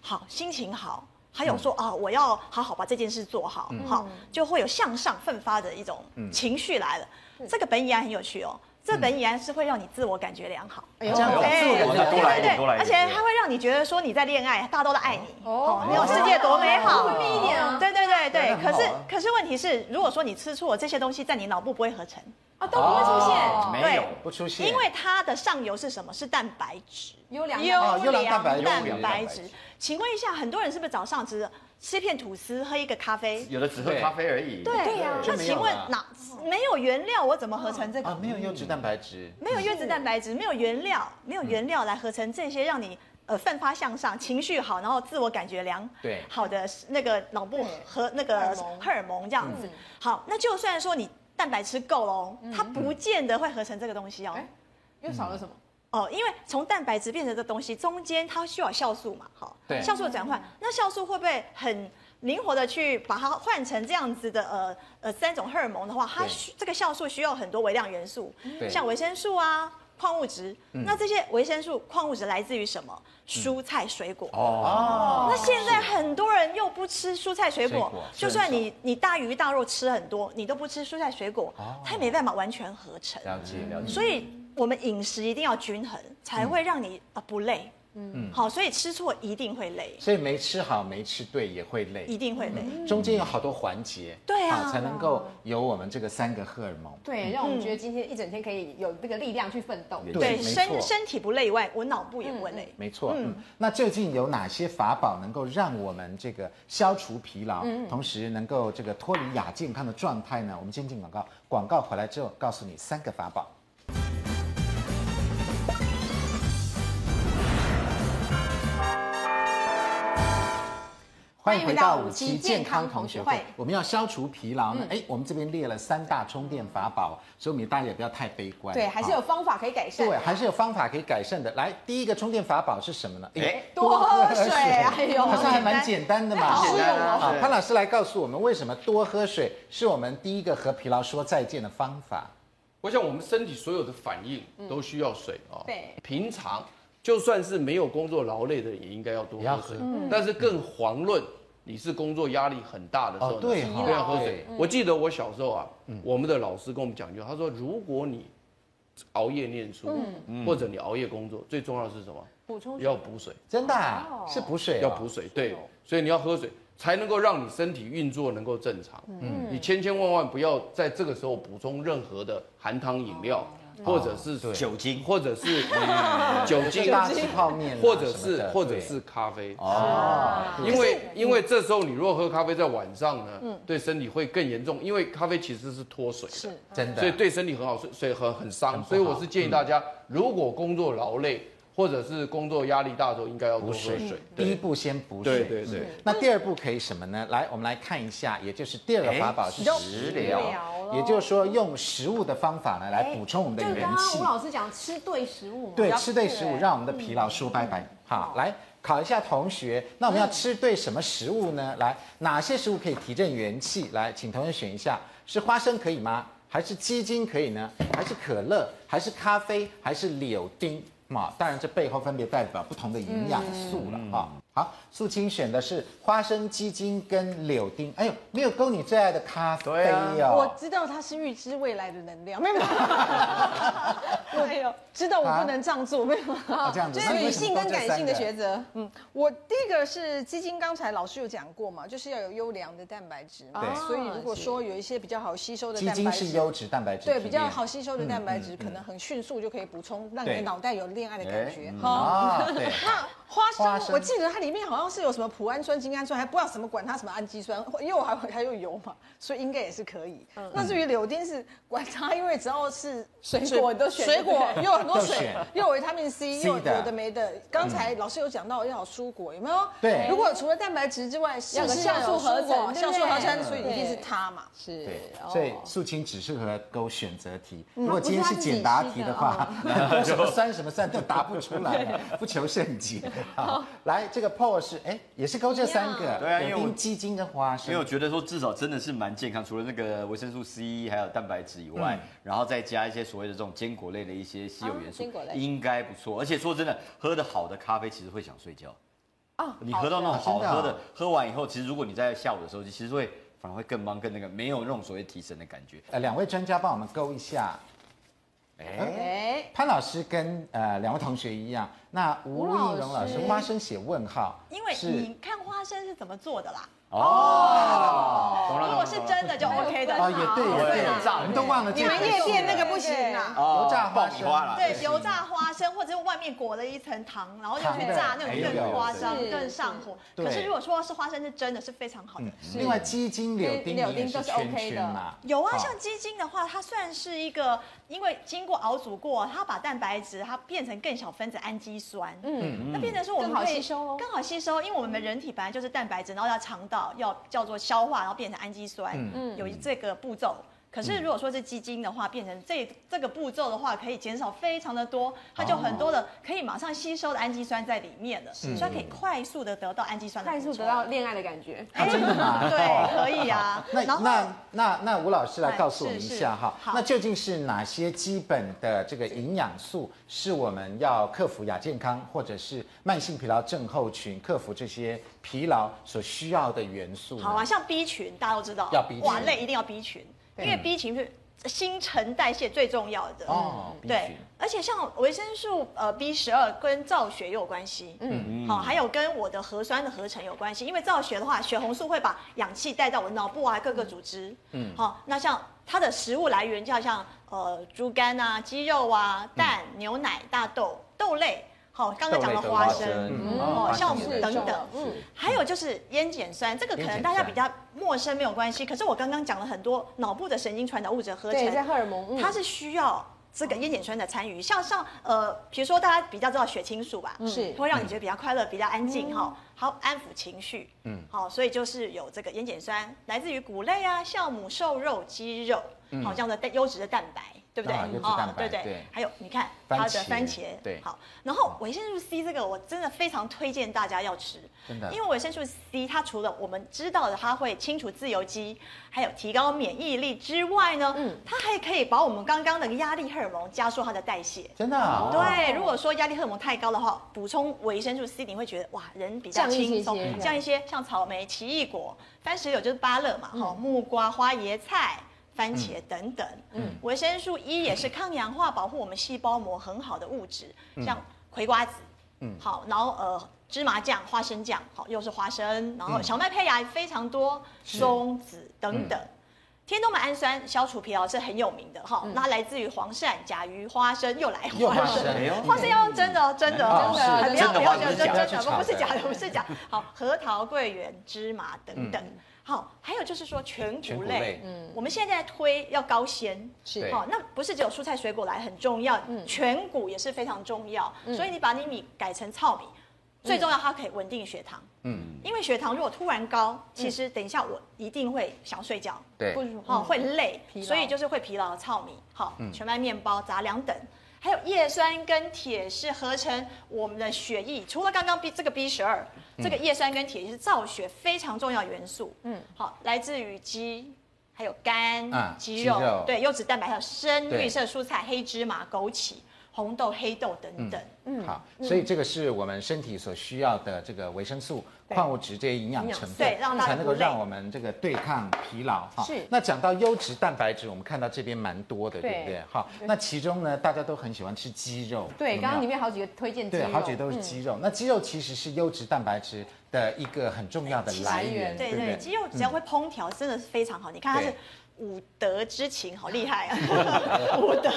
F: 好心情好，还有说、啊，我要好好把这件事做好，好就会有向上奋发的一种情绪来了。这个苯乙胺很有趣哦，这苯乙胺是会让你自我感觉良好。
A: 哎呦
B: 这样子
F: 哎
B: 自我感
D: 哇
B: 觉
D: 那多来一点，多来一
F: 而
D: 点。
F: 且它会让你觉得说你在恋爱，大家都在爱你，
A: 哦
F: 哦，没有世界多美好，
A: 会变一点啊
F: 对对对对，
B: 那很
F: 可
B: 好
F: 是
B: 啊
F: 可是问题是，如果说你吃错这些东西，在你脑部不会合成，
A: 啊，都不会出
B: 哦
A: 现，
D: 哦没有
F: 对
B: 不出现，
F: 因为它的上游是什么？是蛋白质，
A: 优良
B: 哦优良蛋白质
F: 蛋
D: 优良蛋
F: 白
D: 白
F: 质
D: 质。
F: 请问一下，很多人是不是早上只吃片吐司，喝一个咖啡？
D: 有的只喝咖啡而已。
F: 对
A: 对啊呀
F: 那
B: 就没有
F: 请问
B: 了
F: 哪没有原料，我怎么合成这个
B: 啊？没有优质蛋白质，
F: 没有月子蛋白质，没有原料，没有原料来合成这些让你呃奋发向上、情绪好，然后自我感觉良
B: 对
F: 好的那个脑部和那个荷尔蒙这样子。好，那就算说你蛋白吃够了哦，它不见得会合成这个东西哦。
A: 哎又少了什么？
F: 哦，因为从蛋白质变成这东西，中间它需要有酵素嘛，好，
B: 对
F: 酵素转换，那酵素会不会很灵活的去把它换成这样子的呃呃三种荷尔蒙的话，它
B: 对
F: 需这个酵素需要很多微量元素
B: 对，嗯
F: 像维生素啊、矿物质，那这些维生素、矿物质来自于什么？蔬菜、水果。
B: 哦，
F: 那现在很多人又不吃蔬菜水果
B: 水果，
F: 就算你你大鱼大肉吃很多，你都不吃蔬菜水果，
B: 哦
F: 它也没办法完全合成。
D: 了解了解。
F: 所以我们饮食一定要均衡，才
B: 嗯
F: 会让你啊不累。嗯，好，所以吃错一定会累，
B: 所以没吃好没吃对也会累
F: 一，定会累。
B: 中间有好多环节，
F: 对啊
B: 才能够有我们这个三个荷尔蒙。
A: 对，让我们觉得今天一整天可以有那个力量去奋斗。
B: 对没错
F: 身身体不累以外，我脑部也不会累。
B: 没错，嗯，那究竟有哪些法宝能够让我们这个消除疲劳，同时能够这个脱离亚健康的状态呢？我们先进广告，广告回来之后告诉你三个法宝。欢迎回到五期健康同学会。我们要消除疲劳呢，哎、我们这边列了三大充电法宝，所以我们大家也不要太悲观。
A: 对，还是有方法可以改善。
B: 对，还是有方法可以改善的。来，第一个充电法宝是什么呢？
D: 哎
A: 多喝水哎呦
B: 好像还蛮简单的嘛。
A: 好
B: 是
A: 简单啊
B: 啊，潘老师来告诉我们，为什么多喝水是我们第一个和疲劳说再见的方法？
C: 我想我们身体所有的反应都需要水啊、哦
A: 嗯对
C: 平常就算是没有工作劳累的，也应该要多
B: 也要喝
C: 喝水。
A: 嗯
C: 但是更遑论你是工作压力很大的时候
B: 哦
C: 呢，
B: 对
C: 一
B: 哈嗯
C: 定要喝
B: 对
C: 水。
A: 嗯
C: 我记得我小时候啊，我们的老师跟我们讲一句，他说如果你熬夜念书，
B: 嗯
C: 或者你熬夜工作，最重要的是什么？
A: 嗯补充水
C: 要补水。
B: 真的、啊、是补水、哦，
C: 要补水，对，所以你要喝水才能够让你身体运作能够正常。嗯，你千千万万不要在这个时候补充任何的含糖饮料，或者是
B: 哦对
D: 酒精
C: 或者是酒精，
B: 大吃泡面啊
C: 或者
B: 什么
C: 是
B: 的
C: 或者
B: 对
C: 是咖啡。
B: 哦，
C: 因为因为这时候你如果喝咖啡在晚上呢，对身体会更严重，因为咖啡其实是脱水的。
E: 是
B: 真的，
C: 所以对身体很好，所以所以很很
B: 很
C: 伤。
B: 不好嗯
C: 所以我是建议大家，如果工作劳累或者是工作压力大的时候，应该要多喝水。对
B: 第一步先补水，
C: 对对对
B: 嗯那第二步可以什么呢？来，我们来看一下，也就是第二
A: 哎
B: 个法宝是食疗，也就是说用食物的方法呢来补充我们的
A: 就是
B: 元
A: 刚
B: 气
A: 刚吴。老师讲吃对食物嘛，
B: 对，
A: 要
B: 吃对食物，让我们的疲
E: 嗯
B: 劳说拜拜。好，来考一下同学，那我们要
E: 嗯
B: 吃对什么食物呢？来，哪些食物可以提振元气？来，请同学选一下，是花生可以吗？还是鸡精可以呢？还是可乐？还是咖啡？还是柳丁？嘛，当然这背后分别代表不同的营养
E: 嗯
B: 素了哈。好，素清选的是花生、鸡精跟柳丁。哎呦，没有勾你最爱的咖啡
C: 对啊
B: 哦。
E: 我知道它是预知未来的能量，没有，没有
B: 嗯
E: 我知道我不能这样做，没有。啊
B: 哦这样子，
A: 这
B: 那
A: 是
B: 你
A: 理
B: 为什么
A: 性跟
B: 勾这
A: 感性的
B: 三个
A: 抉择。
E: 嗯，我第一个是基金，刚才老师有讲过嘛，就是要有优良的蛋白质嘛，
B: 对
E: 所以如果说有一些比较好吸收的
B: 鸡
E: 蛋
B: 精
E: 白
B: 是
E: 质。
B: 优质蛋白质
E: 对，
B: 提
E: 比较
B: 炼
E: 好吸收的蛋白
B: 嗯
E: 质，可能很迅速就可以补充，让你
B: 对
E: 的脑袋有恋爱的感觉。好，
B: 啊，对。
E: 那花
B: 花
E: 生，
B: 生
E: 我记得它里面好像是有什么葡氨酸、精氨酸，还不知道什么，管它什么氨基酸，因为我还还有油嘛，所以应该也是可以。
A: 嗯
E: 那至于柳丁是管它，因为只要是
A: 水果都选
E: 水果
A: 对不对
E: 又有很多
B: 都
E: 水
B: 选，
E: 又有维他命 C，
B: C
E: 又有
B: 的嗯
E: 有的没的。刚才老师有讲到要有蔬果，有没有？
B: 对
E: 如果除了蛋白质之外，是
A: 要
E: 不
A: 个
E: 是
A: 酵
E: 要有
A: 素合
E: 蔬果
A: 成对不
E: 酵
A: 对
E: 素合成，所以一定是
A: 对
E: 它嘛。
A: 是
B: 对，
A: 哦
B: 所以素清只适合勾选择题。
D: 嗯
B: 如果今天是简答题的话， 什么酸什么酸都答不出来 了，不求甚解。 好，来这个 Paul 是哎，也是勾这三个，
D: 对啊因为
B: 柳
D: 我
B: 丁、鸡精跟花
D: 因为我
B: 生。
D: 觉得说，至少真的是蛮健康，除了那个维生素 C 还有蛋白质以外，
B: 嗯
D: 然后再加一些所谓的这种坚果类的一些稀有元素，
A: 啊坚果类
D: 应该不错。而且说真的，喝的好的咖啡其实会想睡觉。
A: 哦
D: 你喝到那种好
B: 真的啊
D: 喝的，喝完以后，其实如果你在下午的时候，其实会反而会更忙，更那个，没有那种所谓提神的感觉。
B: 呃，两位专家帮我们勾一下。
A: 哎，
B: 潘老师跟呃两位同学一样，那吴
A: 吴
B: 丽
A: 老
B: 荣老师
A: 师
B: 花生写问号，
F: 因为
B: 是
F: 你看花生是怎么做的啦，
D: 哦，
F: 如果是真的就 OK 的。
B: 啊也对也
D: 对
B: 对
D: 啊，
B: 我们都忘了
E: 你
B: 这
E: 们
B: 个
E: 夜店那个不行啊。
D: 哦
B: 油炸花
D: 爆
B: 生
D: 米花啦，
F: 对，油炸花生，或者是外面裹了一层糖，然后就去炸，那种更夸张、
A: 哎呦
F: 更上火。
B: 对
F: 可是如果说是花生是真的，是非常好的。
B: 嗯另外鸡精、柳丁
A: 柳
B: 你也
A: 丁
B: 是
A: 都是
B: 圈
A: OK
B: 圈
A: 的
B: 嘛。
F: 有啊，
B: 好
F: 像鸡精的话，它虽然是一个，因为经过熬煮过，它把蛋白质它变成更小分子氨基酸，嗯，那变成说我们
A: 更好
F: 可以
A: 吸收哦
F: 更好吸收，因为我们的人体本来就是蛋白质，然后要肠道要叫做消化，然后变成氨基酸，嗯，有这个步骤。可是如果说是鸡精的话，变成这这个步骤的话，可以减少非常的多，它就很多的可以马上吸收的氨基酸在里面了，所以它可以快速的得到氨基酸的
A: 快
F: 补
A: 速
F: 充，
A: 得到恋爱的感觉。
B: 啊，真的吗？。
F: 对，可以啊
B: 那
F: 然后哎
B: 那那那吴老师来告诉我们一下哈
F: 是是，好
B: 那究竟是哪些基本的这个营养素是我们要克服亚健康或者是慢性疲劳症候群、克服这些疲劳所需要的元素呢？
F: 好啊，像 B 群大家都知道，
B: 嗯要 B 群
F: 哇累一定要 B 群，因为 B 群是新陈代谢最重要的。
B: 哦
F: 嗯
B: B 群
F: 对，而且像维生素呃 B 十二跟造血也有关系，嗯，好，还有跟我的核酸的合成有关系，因为造血的话，血红素会把氧气带到我脑部啊各个组织，嗯，好，那像它的食物来源就好像呃猪肝啊、鸡肉啊、蛋、牛奶、大豆、豆类。好，刚刚讲了
B: 嗯豆类跟
F: 花
B: 花
F: 生
B: 生，
D: 嗯
F: 哦，酵母
A: 是
F: 等
A: 重
F: 等
A: 要，嗯，
F: 还有就是烟碱酸，这个可能大家比较陌生，没有关系。可是我刚刚讲了很多脑部的神经传导物质合
A: 对，在
F: 成，
A: 荷尔蒙，嗯
F: 它是需要这个烟碱酸的参与，像像呃，比如说大家比较知道血清素吧，
A: 是
F: 会让你觉得比较快乐、比较安静哈，好安抚情绪，嗯，好，所以就是有这个烟碱酸，来自于谷类啊、酵母、瘦肉、鸡肉，好这样的蛋优质的蛋白，对不对？
B: 啊优质蛋白
F: 对对
D: 对
F: 还有你看
B: 番
F: 它的
B: 茄
F: 番茄，
D: 对
F: 好，
B: 嗯
F: 然后维生素 C 这个我真的非常推荐大家要吃，
B: 真的
F: 因为维生素 C 它除了我们知道的它会清除自由基，还有提高免疫力之外呢，
B: 嗯
F: 它还可以把我们刚刚那个压力荷尔蒙加速它的代谢。
B: 真的啊、
F: 嗯对，如果说压力荷尔蒙太高的话，补充维生素 C，你会觉得哇，人比较
A: 降一些
F: 轻松
A: 些。
F: 像一些像草莓、奇异果、番石榴就是芭乐嘛，哈、木瓜、花椰菜、番茄等等。嗯，维生素 E 也是抗氧化、保护我们细胞膜很好的物质，像葵瓜子，嗯，好，然后呃。芝麻酱、花生酱，好，又是花生，然后小麦胚芽也非常多，松子等等。天冬马氨酸消除疲劳是很有名的哈，那来自于黄鳝、甲鱼、花生，又来
B: 哦又花
F: 花生
B: 生，
D: 哎呦
F: 花生要用真的哦，真的哦，
A: 真的是
F: 哎不要
D: 真的
F: 不
D: 花
F: 要
D: 不
F: 觉
D: 是
F: 得真
B: 的
D: 假
F: 真的，哦
B: 去炒
F: 不是
B: 的
F: 假的，不是假。好，核桃、桂圆、芝麻等等。好，还有就是说全
D: 全
F: 谷
D: 谷
F: 类
D: 类，
F: 嗯，我们现在在推要高纤，
A: 是
D: 对
F: 好，那不是只有蔬菜水果来很重要，全谷也是非常重要。所以你把你米改成糙米，最重要它可以稳定血糖，嗯，因为血糖如果突然高，其实等一下我一定会想睡觉，
D: 对
A: 不如
F: 哦，会累
A: 疲，劳
F: 所以就是会疲劳。糙米，好，全麦面包、杂粮等，还有叶酸跟铁是合成我们的血液。除了刚刚 B 这个 B 十二，这个叶酸跟铁是造血非常重要元素。嗯，好，来自于鸡。还有肝、
B: 啊
F: 鸡
B: 鸡
F: 肉，
B: 肉
F: 对优质蛋白，还有深
B: 对
F: 绿色蔬菜、黑芝麻、枸杞、红豆、黑豆等等。
B: 好，所以这个是我们身体所需要的这个维生素、
A: 对
B: 矿物质这些营养成分
F: 对，让大家
B: 才能够
F: 不累
B: 让我们这个对抗疲劳哈
A: 是
B: 那讲到优质蛋白质，我们看到这边蛮多的，对不
A: 对
B: 对？好，那其中呢，大家都很喜欢吃鸡肉，
A: 对，
B: 有没有
A: 刚刚里面好几个推荐鸡
B: 对
A: 肉，
B: 好几个都是鸡肉。那鸡肉其实是优质蛋白质的一个很重要的来源，
F: 对
B: 不
F: 对，鸡肉只要会烹调，真的是非常好。你看它
B: 对
F: 是五德之情，好厉害啊！五德，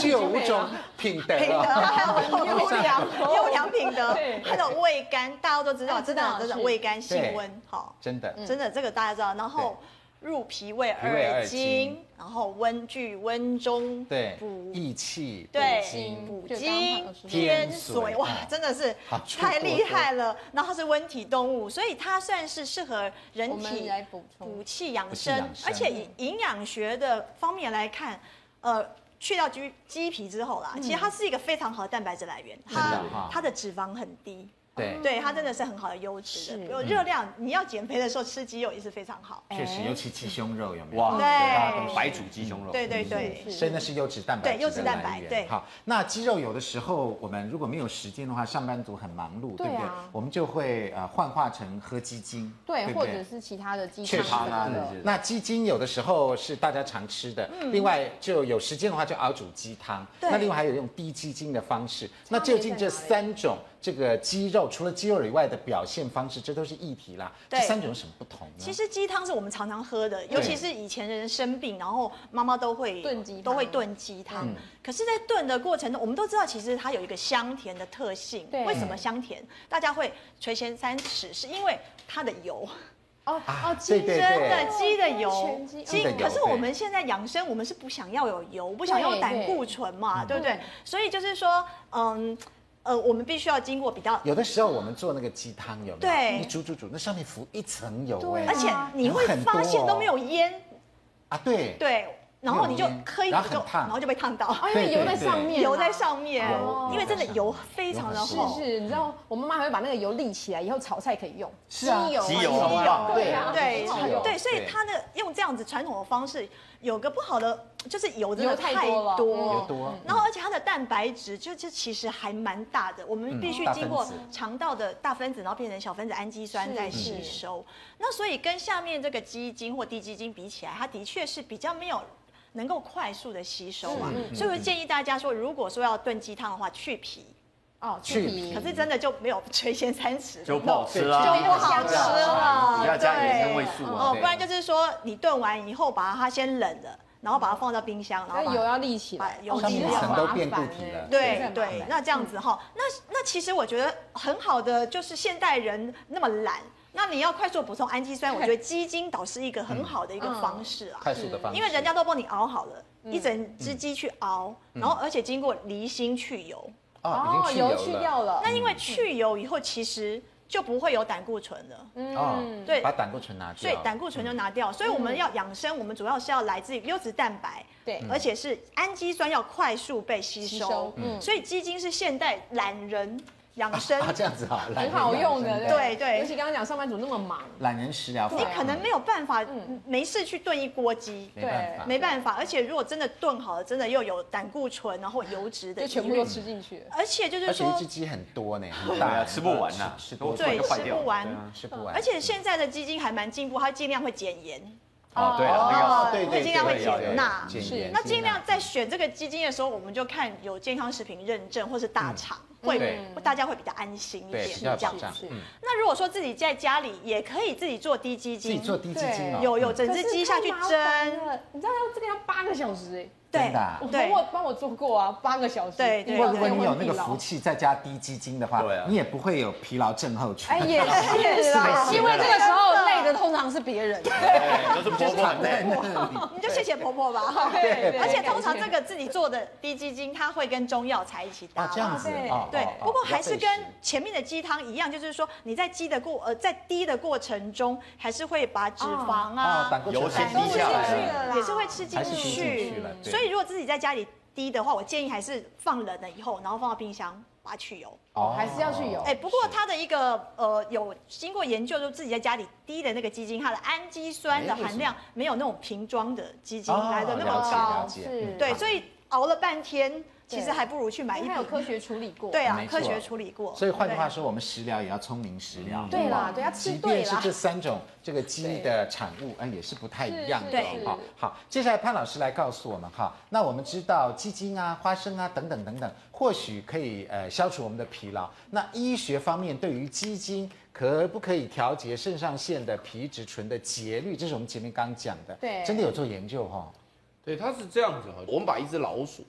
B: 具有五种品德
F: 品德，
B: 哦。
F: 还哎有优良优良品德
A: 对，
F: 还有味甘，大家都知道，
A: 知
F: 哎真
A: 道
F: 的嗯真的
A: 是
F: 味甘性
B: 对
F: 温，好，
B: 真的，
F: 真的这个大家知道。然后入脾胃
B: 脾胃
F: 二
B: 二经
F: 经，然后温聚温中，
B: 对
F: 补，
B: 益气，
F: 嗯对
B: 补精
F: 补
A: 就刚
F: 精
A: 好说
F: 天
B: 天
F: 髓
B: 髓
F: 哇
B: 嗯，
F: 真的是
B: 好
F: 太
B: 出国
F: 厉害了。然后它是温体动物，所以它算是适合
A: 我
F: 人
A: 们
F: 体
A: 来补充
F: 补，气养
B: 补气
F: 生
B: 养，生嗯
F: 而且以营养学的方面来看，呃，去掉鸡鸡皮之后啦，其实它是一个非常好的蛋白质来源，
B: 嗯真
F: 它
B: 的哈嗯
F: 它的脂肪很低。
B: 对
F: 对，它真的是很好的优质
A: 是
F: 的，有热量。你要减肥的时候吃鸡肉也是非常好。
B: 确实，尤其鸡胸肉有没有？
D: 哇，
F: 对
D: 大家都白煮鸡胸肉，
F: 对对对，
B: 所以那哦是优质蛋白
F: 对优质蛋白
B: 来源
F: 对
B: 好，那鸡肉有的时候我们如果没有时间的话，上班族很忙碌，
A: 对
B: 对
A: 啊
B: 不对？我们就会呃幻化成喝鸡精，
A: 对，
B: 不
A: 或者是其他的鸡
B: 确
A: 汤
B: 实
A: 什
D: 啊
A: 么
D: 那
A: 的
D: 些。
B: 那鸡精有的时候是大家常吃的，另外就有时间的话就熬煮鸡汤。
F: 嗯对
B: 那另外还有用低鸡精的方式。那究竟这三种这个鸡肉，除了鸡肉以外的表现方式，这都是议题啦。这
F: 对
B: 三种有什么不同呢？
F: 其实鸡汤是我们常常喝的，尤其是以前人生病，然后妈妈都会
A: 炖鸡汤
F: 都会炖鸡汤。
B: 嗯
F: 可是，在炖的过程中，我们都知道其实它有一个香甜的特性。
A: 对
F: 为什么香甜？大家会垂涎三尺，是因为它的油，
A: 哦哦，
B: 啊对
A: 鸡
B: 对
A: 蒸
F: 真
B: 对
F: 的鸡的油
A: 全鸡，
B: 鸡的油
F: 可是我们现在养生，我们是不想要有油，不想要胆固醇
B: 嗯
F: 嘛，对不对？所以就是说，嗯，呃，我们必须要经过比较
B: 有的时候我们做那个鸡汤有没有？
F: 对
B: 一煮煮煮，那上面浮一层油
A: 对
B: 哎、
A: 啊
F: 而且你会
B: 很多
F: 发现
B: 哦
F: 都没有烟，
B: 啊，对，
F: 对，然后你就
B: 没有烟
F: 喝一口
B: 然后
F: 就，
B: 很烫
F: 然后就被 烫到，
A: 哦，因为油在上面啊，
F: 油在上面
B: 油，
F: 因为真的油非常的
B: 哦
F: 厚，
A: 是是，你知道我妈妈还会把那个油沥起来，以后炒菜可以用。
B: 是啊
A: 鸡油啊，
D: 鸡油
A: 鸡
D: 啊
A: 油对啊，
F: 对
A: 很好用。
F: 对，所以它的用这样子传统的方式，有个不好的就是油真
A: 油
F: 的
A: 太
F: 太
A: 多了
B: 油
F: 多。
B: 多。
F: 然后，而且它的蛋白质就就其实还蛮大的，我们必须经
B: 大
F: 过
B: 分子
F: 肠道的大分子，然后变成小分子氨基酸
A: 是
F: 再吸
A: 是
F: 收。那所以跟下面这个鸡精或低鸡精比起来，它的确是比较没有能够快速的吸收啊。所以我建议大家说，如果说要炖鸡汤的话，去皮。
A: 哦，去
B: 去
A: 皮
F: 可。是真的就没有 垂涎三尺，
D: 就不好吃啦，
F: 就不好吃了
D: 你要加点
F: 对
D: 鲜味素啊
F: 哦，，不然就是说你炖完以后把它先冷了，然后把它放到冰箱，
A: 那
F: 然后把
A: 油要立起来，
F: 把油
A: 哦其实
F: 上面
A: 很
B: 层都
A: 麻
B: 变固
A: 烦
B: 体
A: 欸
B: 了
F: 对
A: 真的很
F: 对
A: 麻，烦
F: 那这样子哈，那那其实我觉得很好的就是现代人那么懒，那你要快速补充氨基酸，我觉得鸡精倒是一个很好的一个方式啊。
B: 快速的方式，
F: 因为人家都帮你熬好了，一整只鸡去熬，然后而且经过离心去油。哦
B: 啊已经
A: 哦
B: 去
A: 油
B: 油
A: 去
B: 了
A: 掉了，
F: 那因为去油以后，其实就不会有胆固醇了。
B: 哦，
F: 嗯对
B: 把胆固醇拿掉，
F: 所以胆固醇就拿
B: 嗯
F: 掉，所以我们要养生，我们主要是要来自于优质蛋白，
A: 对
F: 而且是氨基酸要快速被吸
A: 吸
F: 收，
A: 收嗯
F: 所以鸡精是现代懒人养生，
B: 啊这样子啊，
A: 很
B: 懒人
A: 好
B: 养
A: 用
B: 生
A: 的，
B: 的
F: 对对
A: 尤其刚刚讲上班族那么忙，
B: 懒人食疗法，
F: 你可能没有办法，没事去炖一锅鸡。
B: 嗯没办法，
F: 没办法，而且如果真的炖好了，真的又有胆固醇，然后油脂的
A: 就
F: 疑
A: 全部都
F: 虑，
A: 吃进去了。
F: 而且就是
B: 而且
F: 说
B: 一，只鸡很多呢，很
D: 对
B: 大呃
D: 啊，，吃不完呐、
B: 吃吃多
F: 对
D: 就坏掉
F: 吃不完
D: 对啊
B: 吃不完，
F: 而且现在的鸡精还蛮进步，它尽量会减盐，
D: 哦，对了，那个
F: 哦
D: 要
B: 对啊对，
F: 会尽量会
B: 对
F: 减
B: 对
F: 钠
B: 减
A: 是
B: 盐
F: 那尽量
B: 纳
F: 在选这个基金的时候，我们就看有健康食品认证或是大厂，会
B: 嗯对
F: 大家会比较安心一
B: 对
F: 点
B: 比
F: 这
B: 较有
F: 样
B: 保
F: 子。
B: 障，嗯，
F: 那如果说自己在家里也可以自己做低基
B: 自己
F: 金，
B: 做低基金哦，
F: 有有整
A: 可
F: 只
A: 是
F: 鸡下去
A: 太麻烦
F: 蒸，
A: 了，你知道要这个要八个小时哎，
F: 对
B: 真的啊
A: 我
F: 对
A: 帮我帮我做过啊，八个小时。
F: 对对
B: 不过如果你有那个福
A: 气，
B: 气，再加低基金的话
D: 对啊，
B: 你也不会有疲劳症候群
A: 哎，也 是啦，
E: 因为这个时候累的通常是别人，
D: 对，都是婆婆很累。
F: 你就谢谢婆婆吧。
A: 对，
F: 而且通常这个自己做的低基金，它会跟中药材一起搭
B: 啊，这样子
A: 对
B: 哦，
F: 对
B: 哦，
F: 不过还是跟
B: 哦
F: 前面的鸡汤一样，就是说你在鸡的过呃在滴的过程中，还是会把脂肪
B: 哦
F: 啊、
B: 胆固醇
D: 油
B: 还
D: 先
B: 是
D: 滴下来
B: 进去
A: 了啦
F: 也是会吃进
B: 还是吃进去
F: 去
B: 了。对
F: 所以如果自己在家里滴的话，我建议还是放冷了以后，然后放到冰箱。把它去油，
B: 哦
A: 还是要去油
F: 哎、不过它的一个呃，有经过研究，就自己在家里滴的那个鸡精，它的氨基酸
B: 哎
F: 的含量没有那种瓶装的鸡精
B: 哦
F: 来的那么
B: 了解了
F: 高，
B: 解
A: 是，
F: 对，所以熬了半天，其实
A: 对
F: 还不如去买一
A: 因为它有
F: 瓶
A: 科学处理过。
F: 对啊
B: 没，错
F: 科学处理过。
B: 所以换句话
F: 对，
B: 说，我们食疗也要聪明食疗。
A: 对啦，对，要吃
B: 即
A: 对
B: 便是
A: 啦
B: 这。三种这个鸡的产物，嗯，也是不太一样的
F: 是
A: 是
B: 哈。好，接下来潘老师来告诉我们哈。那我们知道鸡精啊、花生啊等等等等，或许可以呃消除我们的疲劳。那医学方面对于鸡精可不可以调节肾上腺的皮质醇的节律，这是我们前面刚讲的，
A: 对
B: 真的有做研究哈、
C: 对，它是这样子哈，我们把一只老鼠，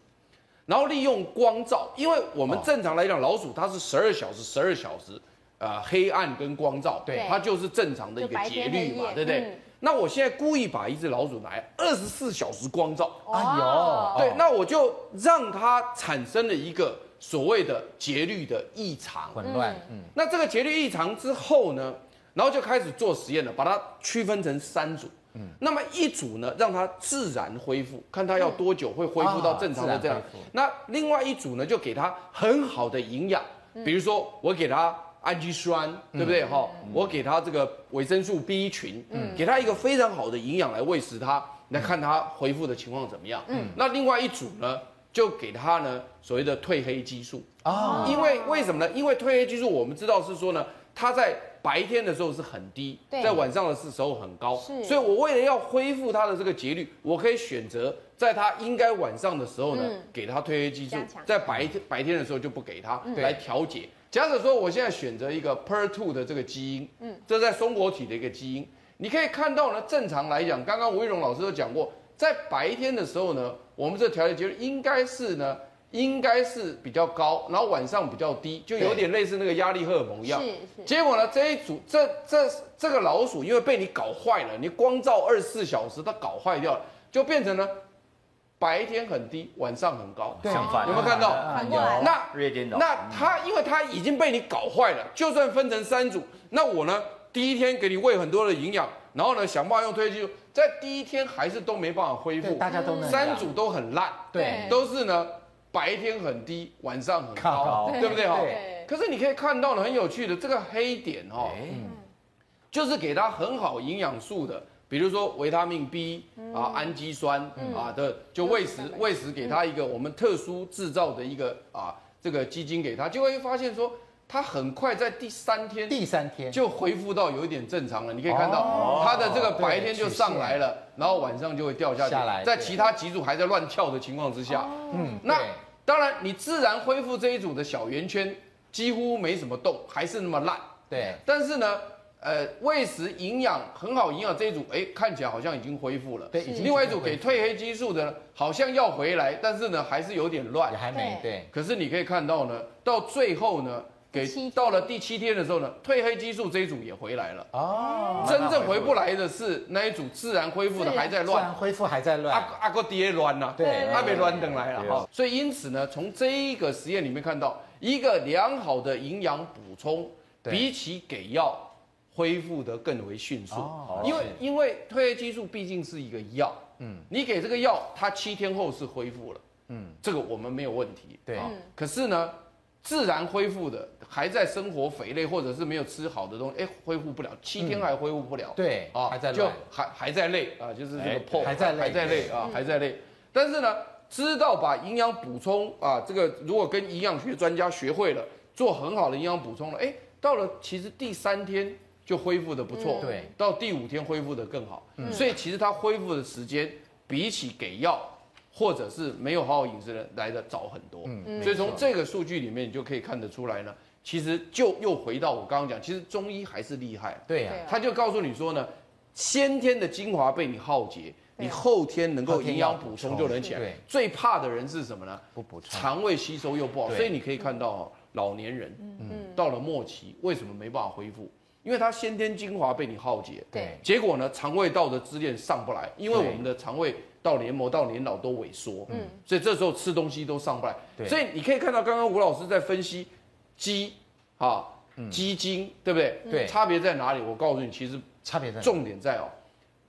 C: 然后利用光照，因为我们正常来讲，老鼠它是十二小时，十二小时，呃，黑暗跟光照，
A: 对
C: 它就是正常的一
A: 就
C: 个
A: 白
C: 节
A: 天
C: 律嘛
A: 黑夜，
C: 对不对？
A: 嗯
C: 那我现在故意把一只老鼠拿来二十四小时光照，
B: 啊有
C: 对，那我就让它产生了一个所谓的节律的异常。
B: 混乱，嗯，
C: 那这个节律异常之后呢，然后就开始做实验了，把它区分成三组。嗯，那么一组呢，让它自然恢复，看它要多久会恢复到正常的这样。
B: 啊自然恢复
C: 那另外一组呢，就给它很好的营养，
B: 嗯
C: 比如说我给它氨基酸，对不对哈、我给它这个维生素 B 群，
B: 嗯
C: 给它一个非常好的营养来喂食它，来看它恢复的情况怎么样。嗯，那另外一组呢，就给它呢所谓的褪黑激素。
B: 哦，
C: 因为为什么呢？因为褪黑激素我们知道是说呢，它在白天的时候是很低，
A: 对
C: 在晚上的时候很高，
A: 是
C: 所以我为了要恢复它的这个节律，我可以选择在它应该晚上的时候呢，
A: 嗯
C: 给它褪黑激素
A: 加强，嗯
C: 在白天白天的时候就不给它、来调节。假使说我现在选择一个 PER2 的这个基因，嗯，这在松果体的一个基因，你可以看到呢，正常来讲，刚刚吴玉荣老师都讲过，在白天的时候呢，我们这调节节律应该是呢，应该是比较高，然后晚上比较低，就有点类似那个压力荷尔蒙一样。
A: 是是
C: 结果呢，这一组这这这个老鼠因为被你搞坏了，你光照二十四小时，它搞坏掉了，就变成呢，白天很低，晚上很高。
B: 对
D: 相反
C: 有没有看到
B: 啊
A: 反过来
B: 有
C: 那
D: 日夜颠倒
C: 那他因为他已经被你搞坏了，就算分成三组，那我呢，第一天给你喂很多的营养，然后呢想办法用推进，在第一天还是都没办法恢
B: 对，
C: 复，
B: 大家都能
C: 三组都很烂，
B: 嗯对
C: 都是呢白天很低，晚上很
B: 高
C: 高，对不对哈
B: 对？哎
C: 可是你可以看到呢，很有趣的这个黑点哈、哦，就是给它很好营养素的，比如说维他命 B
B: 嗯
C: 啊、氨基酸啊的，就喂食喂食给它一个我们特殊制造的一个啊这个基金给它，就会发现说它很快在第三天
B: 第三天
C: 就恢复到有一点正常了。你可以看到
B: 哦
C: 它的这个白天就上来了，然后晚上就会掉下去。
B: 下来
C: 在
B: 对
C: 其他几组还在乱跳的情况之下，
B: 嗯，
C: 那
B: 对
C: 当然你自然恢复这一组的小圆圈几乎没什么动，还是那么烂。
B: 对
C: 但是呢，呃，喂食营养很好，营养这一组，哎，看起来好像已经恢复了。
B: 对已经
C: 另外一组给褪黑激素的呢，好像要回来，但是呢，还是有点乱
B: 也。还没
A: 对
B: 对。
C: 可是你可以看到呢，到最后呢，给
A: 七天
C: 到了第七天的时候呢，褪黑激素这一组也回来了。
B: 哦，
C: 真正回不来的是那一组自然恢复的还在
B: 自然
C: 乱，啊
B: 恢复还在
C: 阿
B: 乱，
C: 阿哥爹乱呐，
B: 对
C: 阿被乱等来了
B: 对
C: 哈。所以因此呢，从这一个实验里面看到，一个良好的营养补充，
B: 对
C: 比起给药恢复得更为迅速
B: 哦，
C: 因为因为褪黑激素毕竟是一个药，嗯，你给这个药，它七天后是恢复了，嗯，这个我们没有问题，
B: 对
C: 啊可是呢。自然恢复的，还在生活肥累或者是没有吃好的东西，哎，恢复不了，七天还恢复不了，
B: 嗯对，
C: 啊，
B: 还在
C: 就
B: 乱，
C: 还还在累啊，就是这
B: 哎
C: 个破
B: 还在累嗯
C: 还在累啊，还在累。但是呢，知道把营养补充啊，这个如果跟营养学专家学会了，做很好的营养补充了，哎，到了其实第三天就恢复的不错，
B: 嗯对，嗯
C: 到第五天恢复的更好。所以其实它恢复的时间比起给药。或者是没有好好饮食的人来的早很多，
B: 嗯
C: 所以从这个数据里面你就可以看得出来呢，其实就又回到我刚刚讲，其实中医还是厉害，
B: 对呀，啊
C: 他就告诉你说呢，先天的精华被你耗竭，你后天能够营养补充就能起
B: 对
C: 来。最怕的人是什么呢？
B: 不补充
C: 肠胃吸收又不好，
B: 对
C: 所以你可以看到哦老年人，嗯，到了末期为什么没办法恢复？因为他先天精华被你耗竭，
B: 对
C: 结果呢，肠胃道的支链上不来，因为
B: 对
C: 我们的肠胃道黏膜到年老都萎缩，嗯，所以这时候吃东西都上不来
B: 对。
C: 所以你可以看到，刚刚吴老师在分析鸡啊、鸡精，对不对？
B: 嗯对
C: 差别在哪里？我告诉你，其实
B: 差别在哪
C: 重点在哦，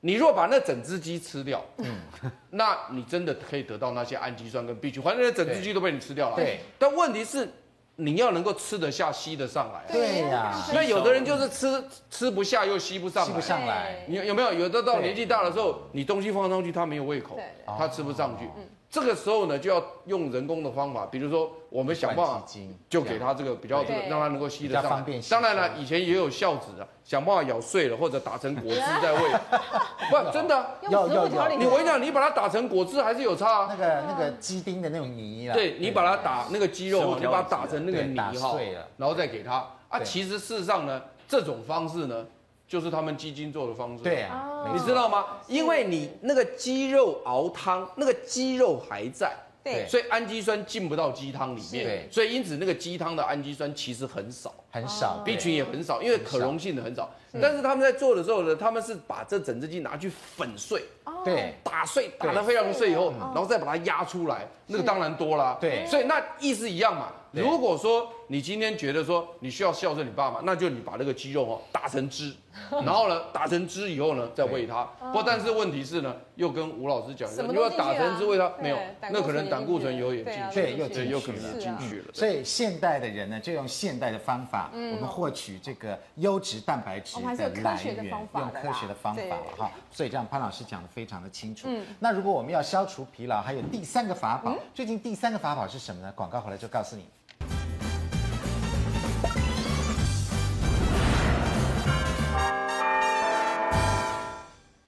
C: 你若把那整只鸡吃掉，嗯， 那你真的可以得到那些氨基酸跟 B 群，反正那整只鸡都被你吃掉了。
B: 对，
C: 但问题是你要能够吃得下、吸得上来啊。
B: 对呀，
C: 那有的人就是吃吃不下又吸不上来，啊
B: 吸不上来，
C: 你有没有？有的
B: 对
C: 到
B: 哦
C: 年纪大的时候，你东西放上去，他没有胃口
A: 对，
C: 他吃不上去。这个时候呢，就要用人工的方法，比如说我们想办
B: 灌
C: 法
B: 鸡精
C: 就给他这个比较这个，
A: 对
C: 让他能够吸得
B: 比
C: 上
B: 较方便
C: 来
B: 吸。收
C: 当然了，以前也有孝子啊，想办法咬碎了或者打成果汁在喂， 不真的啊。
B: 要
E: 用植物调理
C: 你我跟你讲，你把它打成果汁还是有差啊
B: 那。个那个鸡丁的那种泥啦，
C: 对你把它打那个鸡肉
D: 食
C: 啊
D: 物，
C: 你
D: 调
C: 把它
D: 理
C: 打
D: 机
C: 成那个
B: 对
C: 泥
B: 打
C: 哈
B: 碎了，
C: 然后再给它啊。
B: 对
C: 其实事实上呢，这种方式呢，就是他们基金做的方式。
B: 对啊，没
C: 你
B: 错
C: 知道吗？因为你那个鸡肉熬汤，那个鸡肉还在，
B: 对
C: 所以氨基酸进不到鸡汤里面
B: 对，
C: 所以因此那个鸡汤的氨基酸其实很少
B: 很少
C: ，B 群也很少，因为可溶性的很少。但是他们在做的时候呢，他们是把这整只鸡拿去粉碎。
A: 哦
B: 对
C: 打碎，打得非常碎以后，然后再把它压出来，那个当然多啦。
B: 对
C: 所以那意思一样嘛。
B: 对
C: 如果说你今天觉得说你需要孝顺你爸妈，那就你把那个鸡肉哦打成汁， 然后呢打成汁以后呢再喂它。
B: 哦
C: 不，但是问题是呢，又跟吴老师讲一下，
A: 什么
C: 你
A: 都
C: 要
A: 进去啊
C: 打成汁喂它，没有
A: 对胆，固
C: 那可
A: 醇
C: 能
A: 也
C: 胆固醇
A: 进去
C: 有也
A: 对
C: 进
A: 啊
C: 去，
B: 对又
C: 对，
B: 进
C: 有
B: 去嗯
C: 可能也
A: 是
C: 进
A: 啊
C: 去了。
B: 所以现代的人呢，就用现代的方法，我们获取这个优质蛋白质
A: 我嗯哦们还是有
B: 的
A: 科
B: 来
A: 学的
B: 源，
A: 方法
B: 用
A: 的
B: 科
A: 啦
B: 学的方法
A: 对嗯
B: 了哈。所以这样潘老师讲的非常的清楚。那如果我们要消除疲劳，还有第三个法宝，最近第三个法宝是什么呢？广告回来就告诉你。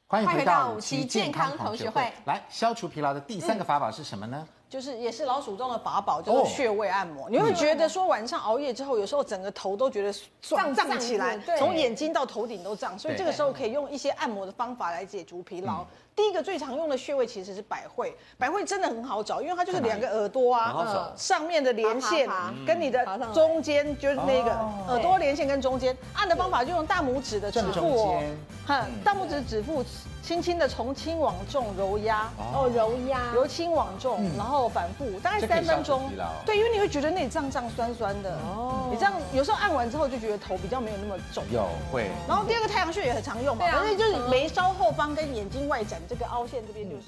B: 欢
A: 欢
B: 迎
A: 迎
B: 回
A: 回到
B: 到
A: 五
B: 五
A: 期
B: 期
A: 健
B: 健
A: 康
B: 康
A: 同
B: 同学
A: 学
B: 会
A: 会。嗯
B: 来，消除疲劳的第三个法宝是什么呢？
E: 就是也是老鼠中的法宝，
B: 哦
E: 叫做穴位按摩。你会觉得说晚上熬夜之后，有时候整个头都觉得胀
A: 胀
E: 胀起来
A: 胀的对，
E: 从眼睛到头顶都胀，所以
B: 对嗯
E: 这个时候可以用一些按摩的方法来解除疲劳。第一个最常用的穴位其实是百会，百会真的很好找，因为它就是两个耳朵
B: 嗯
E: 啊，
D: 好找
E: 上面的连线
A: 爬爬爬
E: 跟你
A: 爬上来
E: 的中间就是那个
B: 哦
E: 耳朵连线跟中间按的方法，就用大拇指的指
B: 正中
E: 腹哦
B: 间，
E: 哼，
B: 嗯
E: 大拇指指腹轻轻的从轻往重揉压。
A: 哦，揉压，
E: 由轻往重，然后反复，大概三
B: 嗯这可
E: 分
B: 以消
E: 钟
B: 除疲劳。
E: 对，因为你会觉得那里胀胀酸酸的，哦，你这样有时候按完之后就觉得头比较没有那么重。
B: 有会。
E: 然后第二个太阳穴也很常用嘛，
A: 对啊
B: 嗯
E: 反正就是眉梢后方跟眼睛外展这个凹陷这边就是。